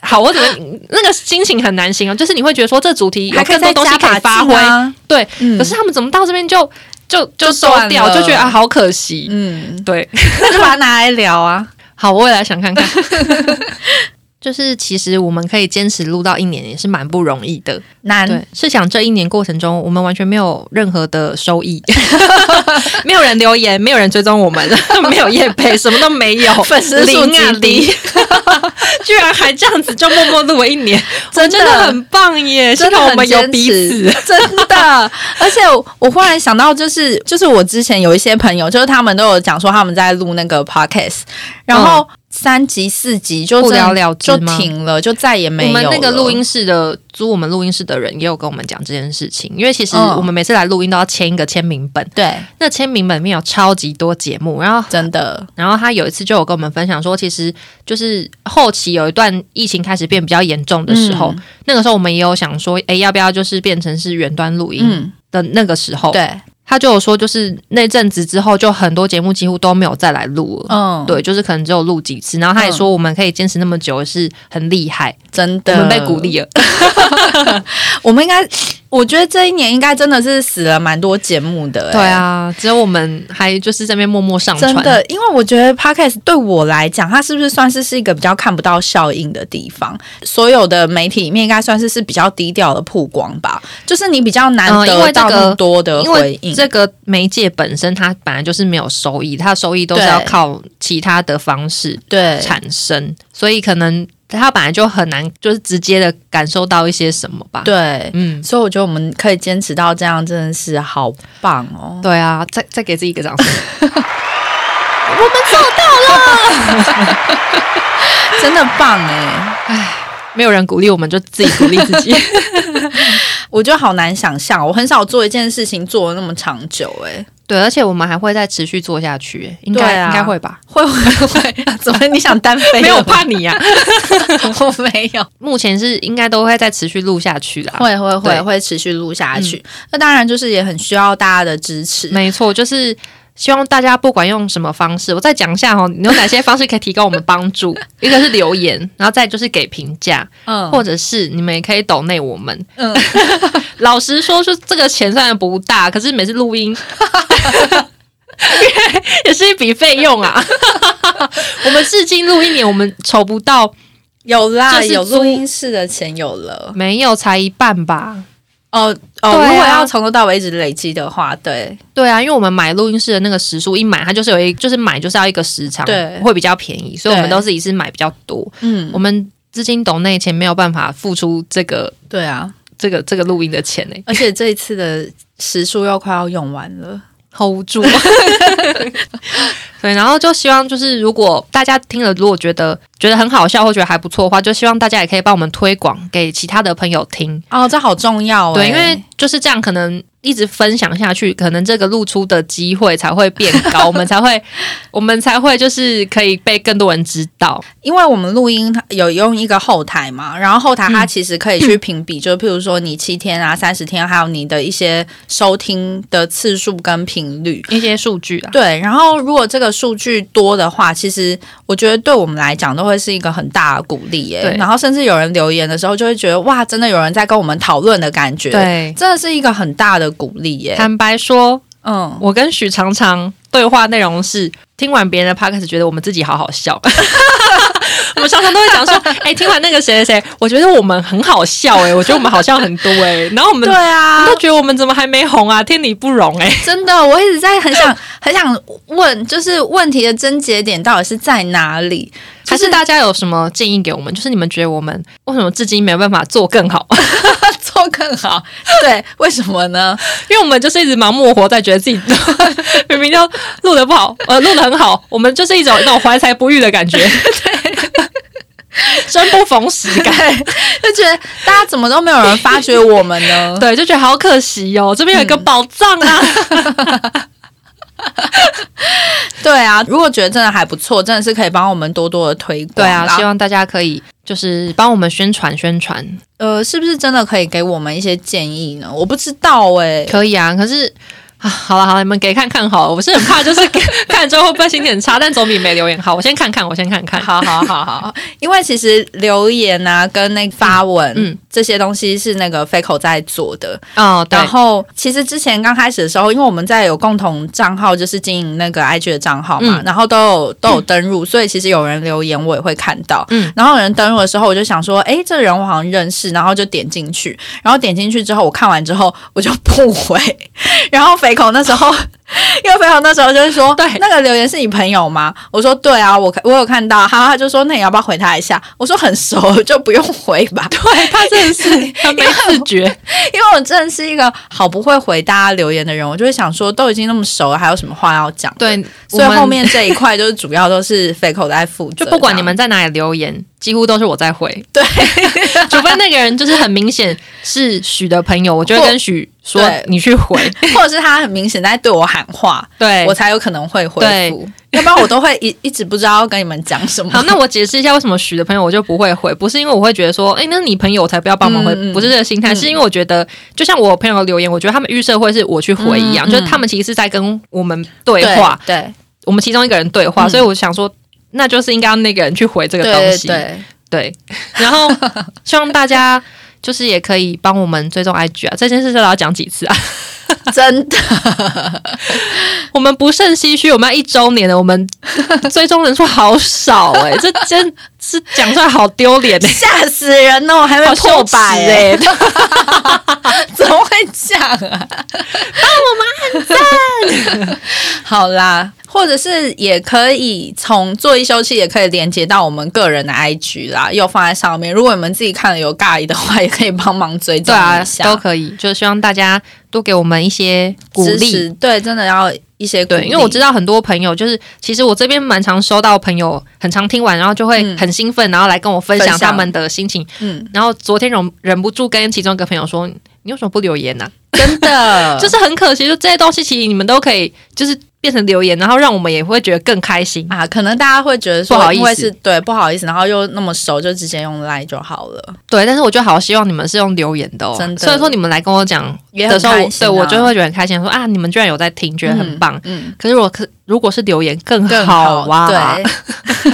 Speaker 1: 好，我怎么那个心情很难形容？就是你会觉得说这主题有
Speaker 2: 还可以
Speaker 1: 更
Speaker 2: 再
Speaker 1: 多东西
Speaker 2: 加
Speaker 1: 可
Speaker 2: 把
Speaker 1: 以发挥
Speaker 2: 劲，啊。
Speaker 1: 对，
Speaker 2: 嗯
Speaker 1: 可是他们怎么到这边就就就
Speaker 2: 就
Speaker 1: 收
Speaker 2: 断
Speaker 1: 掉，
Speaker 2: 了
Speaker 1: 就觉得啊好可惜。
Speaker 2: 嗯，
Speaker 1: 对，
Speaker 2: 那就把它拿来聊啊。
Speaker 1: 好，我也来想看看。 就是其实我们可以坚持录到一年也是蛮不容易的，
Speaker 2: 难
Speaker 1: 对。试想这一年过程中，我们完全没有任何的收益， 没有人留言，没有人追踪我们， 没有业配，什么都没有，
Speaker 2: 粉丝数
Speaker 1: 零啊
Speaker 2: 极低
Speaker 1: 零， 居然还这样子就默默录了一年，
Speaker 2: 真
Speaker 1: 真
Speaker 2: 的
Speaker 1: 真的很棒耶！
Speaker 2: 真
Speaker 1: 幸
Speaker 2: 的
Speaker 1: 好我
Speaker 2: 很
Speaker 1: 们有
Speaker 2: 坚
Speaker 1: 彼
Speaker 2: 持
Speaker 1: 此，
Speaker 2: 真的。而且我忽然想到，就是就是我之前有一些朋友，就是他们都有讲说他们在录那个 podcast，然后三集四集就
Speaker 1: 嗯不
Speaker 2: 真
Speaker 1: 了
Speaker 2: 的
Speaker 1: 了之
Speaker 2: 就
Speaker 1: 吗
Speaker 2: 停了，就再也没
Speaker 1: 我
Speaker 2: 有
Speaker 1: 们
Speaker 2: 了。
Speaker 1: 那个录音室的租我们录音室的人也有跟我们讲这件事情，因为其实
Speaker 2: 嗯
Speaker 1: 我们每次来录音都要签一个签名本，
Speaker 2: 对，
Speaker 1: 那签名本里面有超级多节目，然后。
Speaker 2: 真的
Speaker 1: 然后他有一次就有跟我们分享说，其实就是后期有一段疫情开始变比较严重的时候，
Speaker 2: 嗯
Speaker 1: 那个时候我们也有想说，诶，要不要就是变成是远端录音哦
Speaker 2: 嗯，
Speaker 1: 的那个时候，
Speaker 2: 对，
Speaker 1: 他就有说，就是那阵子之后，就很多节目几乎都没有再来录了，
Speaker 2: 嗯，，
Speaker 1: 对，就是可能只有录几次。然后他也说，我们可以坚持那么久是很厉害，
Speaker 2: 真
Speaker 1: 我
Speaker 2: 的，
Speaker 1: 们被鼓励了。
Speaker 2: 我们应该，我觉得这一年应该真的是死了蛮多节目的、欸。
Speaker 1: 对，啊，只有我们还就是在那边默默上
Speaker 2: 真
Speaker 1: 传，啊
Speaker 2: 的，因为我觉得 podcast 对我来讲，它是不是算是是一个比较看不到效应的地方？所有的媒体里面应该算是是比较低调的曝光吧，就是你比较难
Speaker 1: 嗯因为
Speaker 2: 得
Speaker 1: 这
Speaker 2: 到
Speaker 1: 个
Speaker 2: 那么多的
Speaker 1: 因
Speaker 2: 回
Speaker 1: 为
Speaker 2: 应。
Speaker 1: 这个媒介本身它本来就是没有收益，它的收益都是
Speaker 2: 对
Speaker 1: 要靠其他的方式
Speaker 2: 对
Speaker 1: 产生，所以可能它本来就很难就是直接的感受到一些什么吧。，
Speaker 2: 对，
Speaker 1: 嗯，
Speaker 2: 所以我觉得我们可以坚持到这样，真的是好棒 哦！
Speaker 1: 对啊，再再给自己一个掌声。
Speaker 2: 真的棒哎，
Speaker 1: 没有人鼓励我们，就自己鼓励自己。
Speaker 2: 我觉得好难想象，我很少做一件事情做的那么长久哎。
Speaker 1: 对，而且我们还会再持续做下去，哎应该、
Speaker 2: 对啊
Speaker 1: 应该会吧？
Speaker 2: 会会会， 怎么你想单
Speaker 1: 啊
Speaker 2: 飞了吗？
Speaker 1: 你呀、
Speaker 2: 我没有。
Speaker 1: 目前是应该都会再持续录下去啦。
Speaker 2: 会会
Speaker 1: 对
Speaker 2: 会会持续录下去。那当然就是也很需要大家的支持。
Speaker 1: 没错，就是希望大家不管用什么方式，我再讲一下哦，有哪些方式可以提供我们帮 助？一个是留言，然后再就是给评价，
Speaker 2: 嗯
Speaker 1: 或者是你们也可以抖内我们。
Speaker 2: 嗯
Speaker 1: 老实说，就这个钱虽然不大，可是每次录 音。也是一笔费用 啊！我们至今录一年，我们筹不到
Speaker 2: 有啦，
Speaker 1: 就是
Speaker 2: 有
Speaker 1: 租
Speaker 2: 录音室的钱有了。
Speaker 1: 没有，才一半吧。
Speaker 2: 哦哦，
Speaker 1: 对啊
Speaker 2: 如果要从头到尾一直累积的话，对
Speaker 1: 对啊，因为我们买录音室的那个时数一买，它就是有一就是买就是要一个时长，
Speaker 2: 对
Speaker 1: 会比较便宜，所以我们
Speaker 2: 对
Speaker 1: 都是一次买比较多。
Speaker 2: 嗯
Speaker 1: 我们资金抖内钱没有办法付出这个
Speaker 2: 对啊。
Speaker 1: 这个这个录音的钱呢、
Speaker 2: 而且这一次的时数又快要用完了。
Speaker 1: hold 不住。 对，然后就希望就是，如果大家听了，如果觉得觉得很好笑或觉得还不错的话，就希望大家也可以帮我们推广给其他的朋友听。
Speaker 2: 哦，这好重要哎、
Speaker 1: 对，因为就是这样，可能一直分享下去，可能这个露出的机会才会变高，我们才 会，我们才会就是可以被更多人知道。
Speaker 2: 因为我们录音它有用一个后台嘛，然后后台它其实可以去评比，就譬如说你七天啊、三十天，还有你的一些收听的次数跟频率。
Speaker 1: 一些数据啊，
Speaker 2: 对，然后如果这个数据多的话，其实我觉得对我们来讲都会是一个很大的鼓励耶
Speaker 1: 对。
Speaker 2: 然后甚至有人留言的时候，就会觉得哇，真的有人在跟我们讨论的感觉，，
Speaker 1: 对。
Speaker 2: 真的是一个很大的鼓励耶。
Speaker 1: 坦白说，
Speaker 2: 嗯，
Speaker 1: 我跟许常常对话内容是听完别人的 podcast，觉得我们自己好好笑。 我们常常都会 讲说，哎、听完那个谁谁谁，我觉得我们很好笑、哎，我觉得我们好笑很多、哎，然后我们
Speaker 2: 对啊
Speaker 1: 都，觉得我们怎么还没红啊？天理不容、哎，
Speaker 2: 真的，我一直在很想很想问，就是问题的症结点到底是在哪里？
Speaker 1: 还
Speaker 2: 就是是
Speaker 1: 大家有什么建议给我们？就是你们觉得我们为什么至今没有办法做更好？
Speaker 2: 做更好，对，为什么 呢？
Speaker 1: 因为我们就是一直盲目活在，觉得自己 明明就录的不好，呃，录的很好，我们就是一种那种怀才不遇的 感觉，生不逢时感。
Speaker 2: 就觉得大家怎么都没有人发掘我们 呢？
Speaker 1: 对，就觉得好可惜哦，这边有一个宝藏啊！
Speaker 2: 对啊，如果觉得真的还不错，真的是可以帮我们多多的推广。
Speaker 1: 对 啊，
Speaker 2: 然后
Speaker 1: 希望大家可以就是帮我们宣传宣传，
Speaker 2: 呃，是不是真的可以给我们一些建议呢？我不知道哎、
Speaker 1: 可以啊。可是啊，好了好了，你们给看看好了，我是很怕就是 看了之后会不会心情很差，但总比没留言好。我先看看，我先看看。
Speaker 2: 好好好好，因为其实留言啊，跟那个发文，
Speaker 1: 嗯嗯
Speaker 2: 这些东西是那个 f a c o 在做的。
Speaker 1: 哦， 对
Speaker 2: 然，后其实之前刚开始的时候，因为我们在有共同账号，就是经营那个 IG 的账号嘛，
Speaker 1: 嗯
Speaker 2: 然后都有都有登入，所以其实有人留言我也会看到。
Speaker 1: 嗯
Speaker 2: 嗯，然后有人登入的时候，我就想说，诶，这个人我好像认识，然后就点进去，然后点进去之后，我看完之后我就不回， 然后肥口那时候。 因为肥口那时候就是说，
Speaker 1: 对
Speaker 2: 那个留言是你朋友吗？我说对啊，我我有看到，他他就说那你要不要回他一下？我说很熟就不用回吧。
Speaker 1: 对他真的是很没自觉，
Speaker 2: 因为我真的是一个好不会回大家留言的人，我就会想说，都已经那么熟了，还有什么话要讲？，
Speaker 1: 对，
Speaker 2: 所以
Speaker 1: 我们
Speaker 2: 后面这一块就是主要都是肥口在负 责，
Speaker 1: 就不管
Speaker 2: 这
Speaker 1: 你
Speaker 2: 样
Speaker 1: 们在哪里留言，几乎都是我在回。对， 除非那个人就是很明显是许的朋友，我就会
Speaker 2: 或
Speaker 1: 跟许说
Speaker 2: 对
Speaker 1: 你去回。
Speaker 2: 或者是他很明显在对我喊话，
Speaker 1: 对，
Speaker 2: 我才有可能会回
Speaker 1: 对
Speaker 2: 复，要不然我都会一一直不知道要跟你们讲什么。
Speaker 1: 好，那我解释一下为什么许的朋友我就不会回，不是因为我会觉得说，哎、那你朋友我才不要帮忙回，
Speaker 2: 嗯嗯
Speaker 1: 不是这个心态，是因为我觉得，就像我朋友留言，我觉得他们预设会是我去回一样，
Speaker 2: 嗯嗯
Speaker 1: 就是他们其实是在跟我们对
Speaker 2: 对
Speaker 1: 话，
Speaker 2: 对
Speaker 1: 我们其中一个人对话，
Speaker 2: 嗯
Speaker 1: 所以我想说，那就是应该要那个人去回这个
Speaker 2: 对
Speaker 1: 东
Speaker 2: 对
Speaker 1: 西，
Speaker 2: 对，
Speaker 1: 对然后希望大家。就是也可以帮我们追踪 IG 啊，这件事到底要讲几次啊？
Speaker 2: 真的，
Speaker 1: 我们不胜唏嘘，我们要一周年了，我们追踪人数好少哎、这真是讲出来好丢脸哎，
Speaker 2: 吓死人哦，还
Speaker 1: 好
Speaker 2: 没
Speaker 1: 羞
Speaker 2: 破
Speaker 1: 耻
Speaker 2: 百哎、
Speaker 1: 哎、
Speaker 2: 怎么会这样啊？帮我们按赞。 好啦，或者是也可以从做一休憩，也可以连接到我们个人的 IG 啦，又放在上面。如果你们自己看了有尬意的话，也可以帮忙追
Speaker 1: 对
Speaker 2: 踪
Speaker 1: 啊
Speaker 2: 一下，，
Speaker 1: 都可以，就是希望大家多给我们一些鼓
Speaker 2: 支
Speaker 1: 励
Speaker 2: 持。对，真的要一些鼓励嗯
Speaker 1: 对，因为我知道很多朋友就是，其实我这边蛮常收到朋友很常听完，然后就会
Speaker 2: 嗯
Speaker 1: 很兴奋，然后来跟我分
Speaker 2: 分
Speaker 1: 享
Speaker 2: 享
Speaker 1: 他们的心情。
Speaker 2: 嗯，
Speaker 1: 然后昨天忍忍不住跟其中一个朋友说：“你为什么不留言呢、啊
Speaker 2: 真的
Speaker 1: 就是很可惜，就这些东西其实你们都可以就是变成留言，然后让我们也会觉得更开心。
Speaker 2: 啊，可能大家会觉得
Speaker 1: 不好
Speaker 2: 说，
Speaker 1: 意思
Speaker 2: 因为是对不好意思，然后又那么熟，就直接用 line 就好了，
Speaker 1: 对，但是我就好希望你们是用留言的哦。
Speaker 2: 真的
Speaker 1: 虽然说你们来跟我讲
Speaker 2: 也
Speaker 1: 的
Speaker 2: 很
Speaker 1: 时候，
Speaker 2: 开
Speaker 1: 我
Speaker 2: 心、
Speaker 1: 对
Speaker 2: 啊
Speaker 1: 我就会觉得很开心，说啊，你们居然有在听，觉得很棒。
Speaker 2: 嗯，嗯，
Speaker 1: 可是我可如果是留言更
Speaker 2: 更
Speaker 1: 好啊哇、
Speaker 2: 对，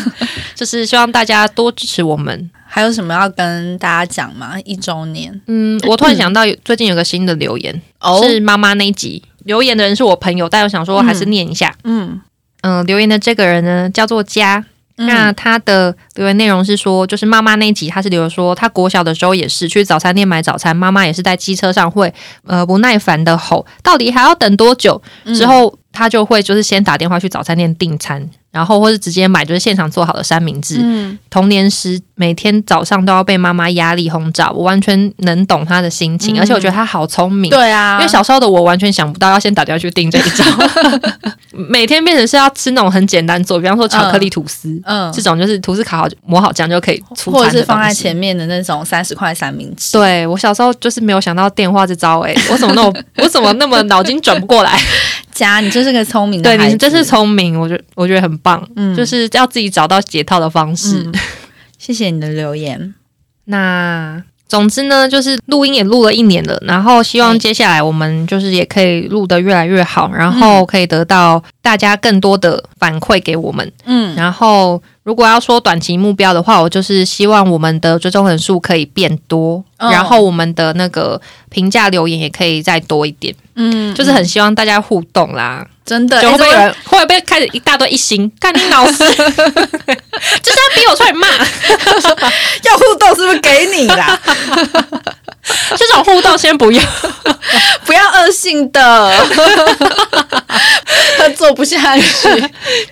Speaker 1: 就是希望大家多支持我们。
Speaker 2: 还有什么要跟大家讲吗？一周年
Speaker 1: 嗯，我突然想到有最近有个新的留言，
Speaker 2: 哦
Speaker 1: 是妈妈那一集留言的人是我朋友，但我想说还是念一下。
Speaker 2: 嗯，
Speaker 1: 嗯、留言的这个人呢叫做佳，那
Speaker 2: 嗯
Speaker 1: 他的留言内容是说，就是妈妈那一集他是留言说，他国小的时候也是去早餐店买早餐，妈妈也是在机车上会呃不耐烦的吼，到底还要等多久？
Speaker 2: 嗯
Speaker 1: 之后他就会就是先打电话去早餐店订餐。然后，或是直接买就是现场做好的三明治。
Speaker 2: 嗯
Speaker 1: 童年时每天早上都要被妈妈压力轰炸，我完全能懂他的心情，
Speaker 2: 嗯
Speaker 1: 而且我觉得他好聪明。
Speaker 2: 对啊，
Speaker 1: 因为小时候的我完全想不到要先打电话去订这一招， 每天变成是要吃那种很简单做，比方说巧克力吐司，
Speaker 2: 嗯
Speaker 1: 这，种就是吐司烤好磨好酱就可以出
Speaker 2: 或
Speaker 1: 餐
Speaker 2: 者
Speaker 1: 的
Speaker 2: 是放
Speaker 1: 东
Speaker 2: 在
Speaker 1: 西
Speaker 2: 前。面的那种三十块三明治，
Speaker 1: 对我小时候就是没有想到电话这招、欸， 我怎么那么我怎么那么脑筋转不 过来？
Speaker 2: 加你真是个聪明的
Speaker 1: 对
Speaker 2: 孩子，
Speaker 1: 你真是聪明，我觉得我觉得很棒，
Speaker 2: 嗯
Speaker 1: 就是要自己找到解套的方式。
Speaker 2: 嗯 谢谢你的留言，
Speaker 1: 那总之呢，就是录音也录了一年了，然后希望
Speaker 2: 对
Speaker 1: 接下来我们就是也可以录得越来越
Speaker 2: 嗯
Speaker 1: 好，然后可以得到大家更多的反馈给我们。
Speaker 2: 嗯
Speaker 1: 然后如果要说短期目标的话，我就是希望我们的追踪人数可以变多，
Speaker 2: 嗯
Speaker 1: 然后我们的那个评价留言也可以再多一点，
Speaker 2: 嗯，
Speaker 1: 就是很希望大家互动啦。
Speaker 2: 真的，
Speaker 1: 就会不会有
Speaker 2: 哎怎么
Speaker 1: 人会不会开始一大堆一星，干你 老师， 就是要逼我出来骂。
Speaker 2: 要互动是不是给你啦？
Speaker 1: 这种互动先不要，
Speaker 2: 不要恶 性的， 他做不 下去，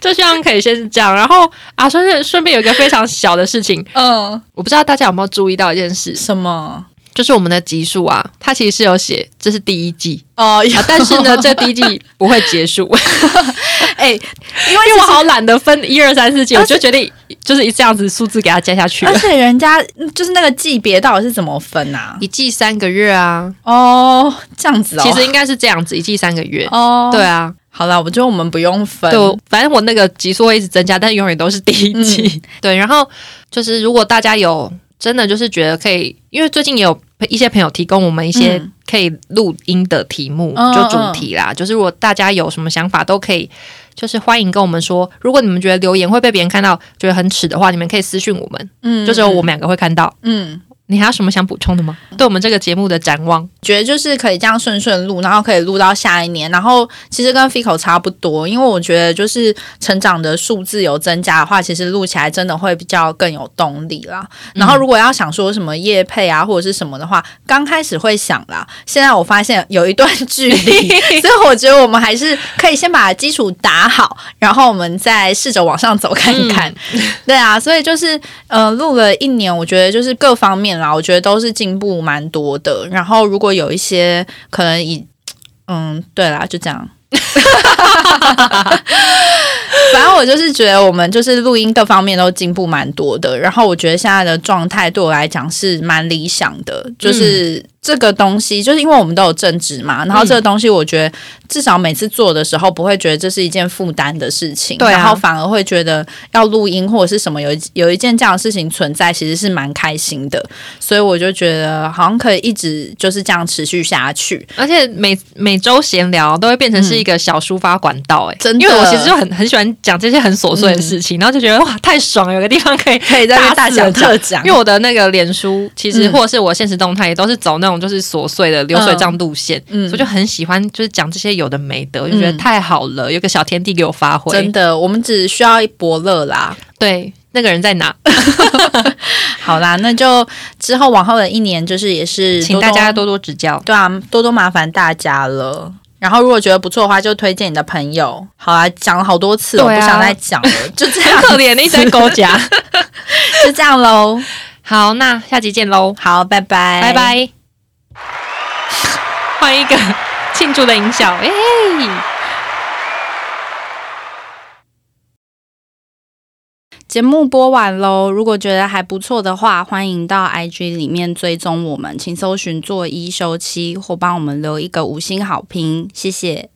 Speaker 1: 就希望可以先是这样。然后啊，顺便顺便有一个非常小的事情，
Speaker 2: 嗯，
Speaker 1: 我不知道大家有没有注意到一件事，
Speaker 2: 什么？
Speaker 1: 就是我们的集数啊，它其实是有写这是第一 季
Speaker 2: 哦，
Speaker 1: 啊，但是呢，这第一季不会结束，
Speaker 2: 哎、因
Speaker 1: 因
Speaker 2: 为
Speaker 1: 为我
Speaker 2: 我
Speaker 1: 好懒得分一二三四季，我就决定就是一这样子数字给它加下去
Speaker 2: 而
Speaker 1: 了。
Speaker 2: 且人家嗯就是那个级别到底是怎么分啊？
Speaker 1: 一季三个月啊，
Speaker 2: 哦，这样子哦，
Speaker 1: 其实应该是这样子，一季三个月。
Speaker 2: 哦，
Speaker 1: 对，啊，
Speaker 2: 好啦，我觉得我们不用分，
Speaker 1: 对，我反正我那个集数会一直增加，但永远都是第一季。
Speaker 2: 嗯
Speaker 1: 对，然后就是如果大家有真的就是觉得可以，因为最近也有一些朋友提供我们一些
Speaker 2: 嗯
Speaker 1: 可以录音的题目，
Speaker 2: 嗯
Speaker 1: 就主题啦。就是如果大家有什么想法，都可以。就是欢迎跟我们说，如果你们觉得留言会被别人看到，觉得很耻的话，你们可以私讯我们，
Speaker 2: 嗯
Speaker 1: 就只有我，们两个会看到。
Speaker 2: 嗯，
Speaker 1: 你还有什么想补充的吗？对我们这个节目的展望，
Speaker 2: 觉得就是可以这样顺顺录，然后可以录到下一年，然后其实跟 Fico 差不多，因为我觉得就是成长的数字有增加的话，其实录起来真的会比较更有动力啦。然后如果要想说什么业配啊或者是什么的话，刚开始会想啦，现在我发现有一段距离，所以我觉得我们还是可以先把基础打好，然后我们再试着往上走看看。 对啊，所以就是呃，录了一年，我觉得就是各方面啦，我觉得都是进步蛮多的。然后如果有一些可能以嗯，对啦，就这样。 反正我就是觉得我们就是录音各方面都进步蛮多的，然后我觉得现在的状态对我来讲是蛮理想的，就是这个东西，就是因为我们都有正职嘛，然后这个东西我觉得至少每次做的时候不会觉得这是一件负担的事情，
Speaker 1: 对啊
Speaker 2: 然后反而会觉得要录音或者是什么有一有一件这样的事情存在，其实是蛮开心的。所以我就觉得好像可以一直就是这样持续下去。
Speaker 1: 而且每每周闲聊都会变成是一个小抒发管道、哎、
Speaker 2: 真的嗯
Speaker 1: 因为我其实就很很喜欢讲这些很琐碎的事情，然后就觉得哇，太爽了，有个地方可以
Speaker 2: 可以在那边大讲特讲
Speaker 1: 因为我的那个脸书，其实
Speaker 2: 嗯
Speaker 1: 或者是我现实动态也都是走那种就是琐碎的流水账路线，
Speaker 2: 嗯
Speaker 1: 所以就很喜欢就是讲这些有的没的，我就觉得
Speaker 2: 嗯
Speaker 1: 太好了，有个小天地给我发挥。
Speaker 2: 真的，我们只需要一伯乐啦。
Speaker 1: 对，那个人在哪？
Speaker 2: 好啦，那就之后往后的一年，就是也是
Speaker 1: 请
Speaker 2: 多
Speaker 1: 大
Speaker 2: 多
Speaker 1: 家多多指教。
Speaker 2: 对啊，多多麻烦大家了。然后如果觉得不错的话，就推荐你的朋友。好啦，讲了好多次了，我
Speaker 1: 对啊
Speaker 2: 不想再讲了，就这样，
Speaker 1: 可怜的一直 在 勾夹。
Speaker 2: 就这样喽。
Speaker 1: 好，那下集见喽，
Speaker 2: 好，拜拜，
Speaker 1: 拜。拜。换一个庆祝的音效，耶、
Speaker 2: 节目播完喽，如果觉得还不错的话，欢迎到 IG 里面追踪我们，请搜寻“做一休七”或帮我们留一个五星好评，谢谢。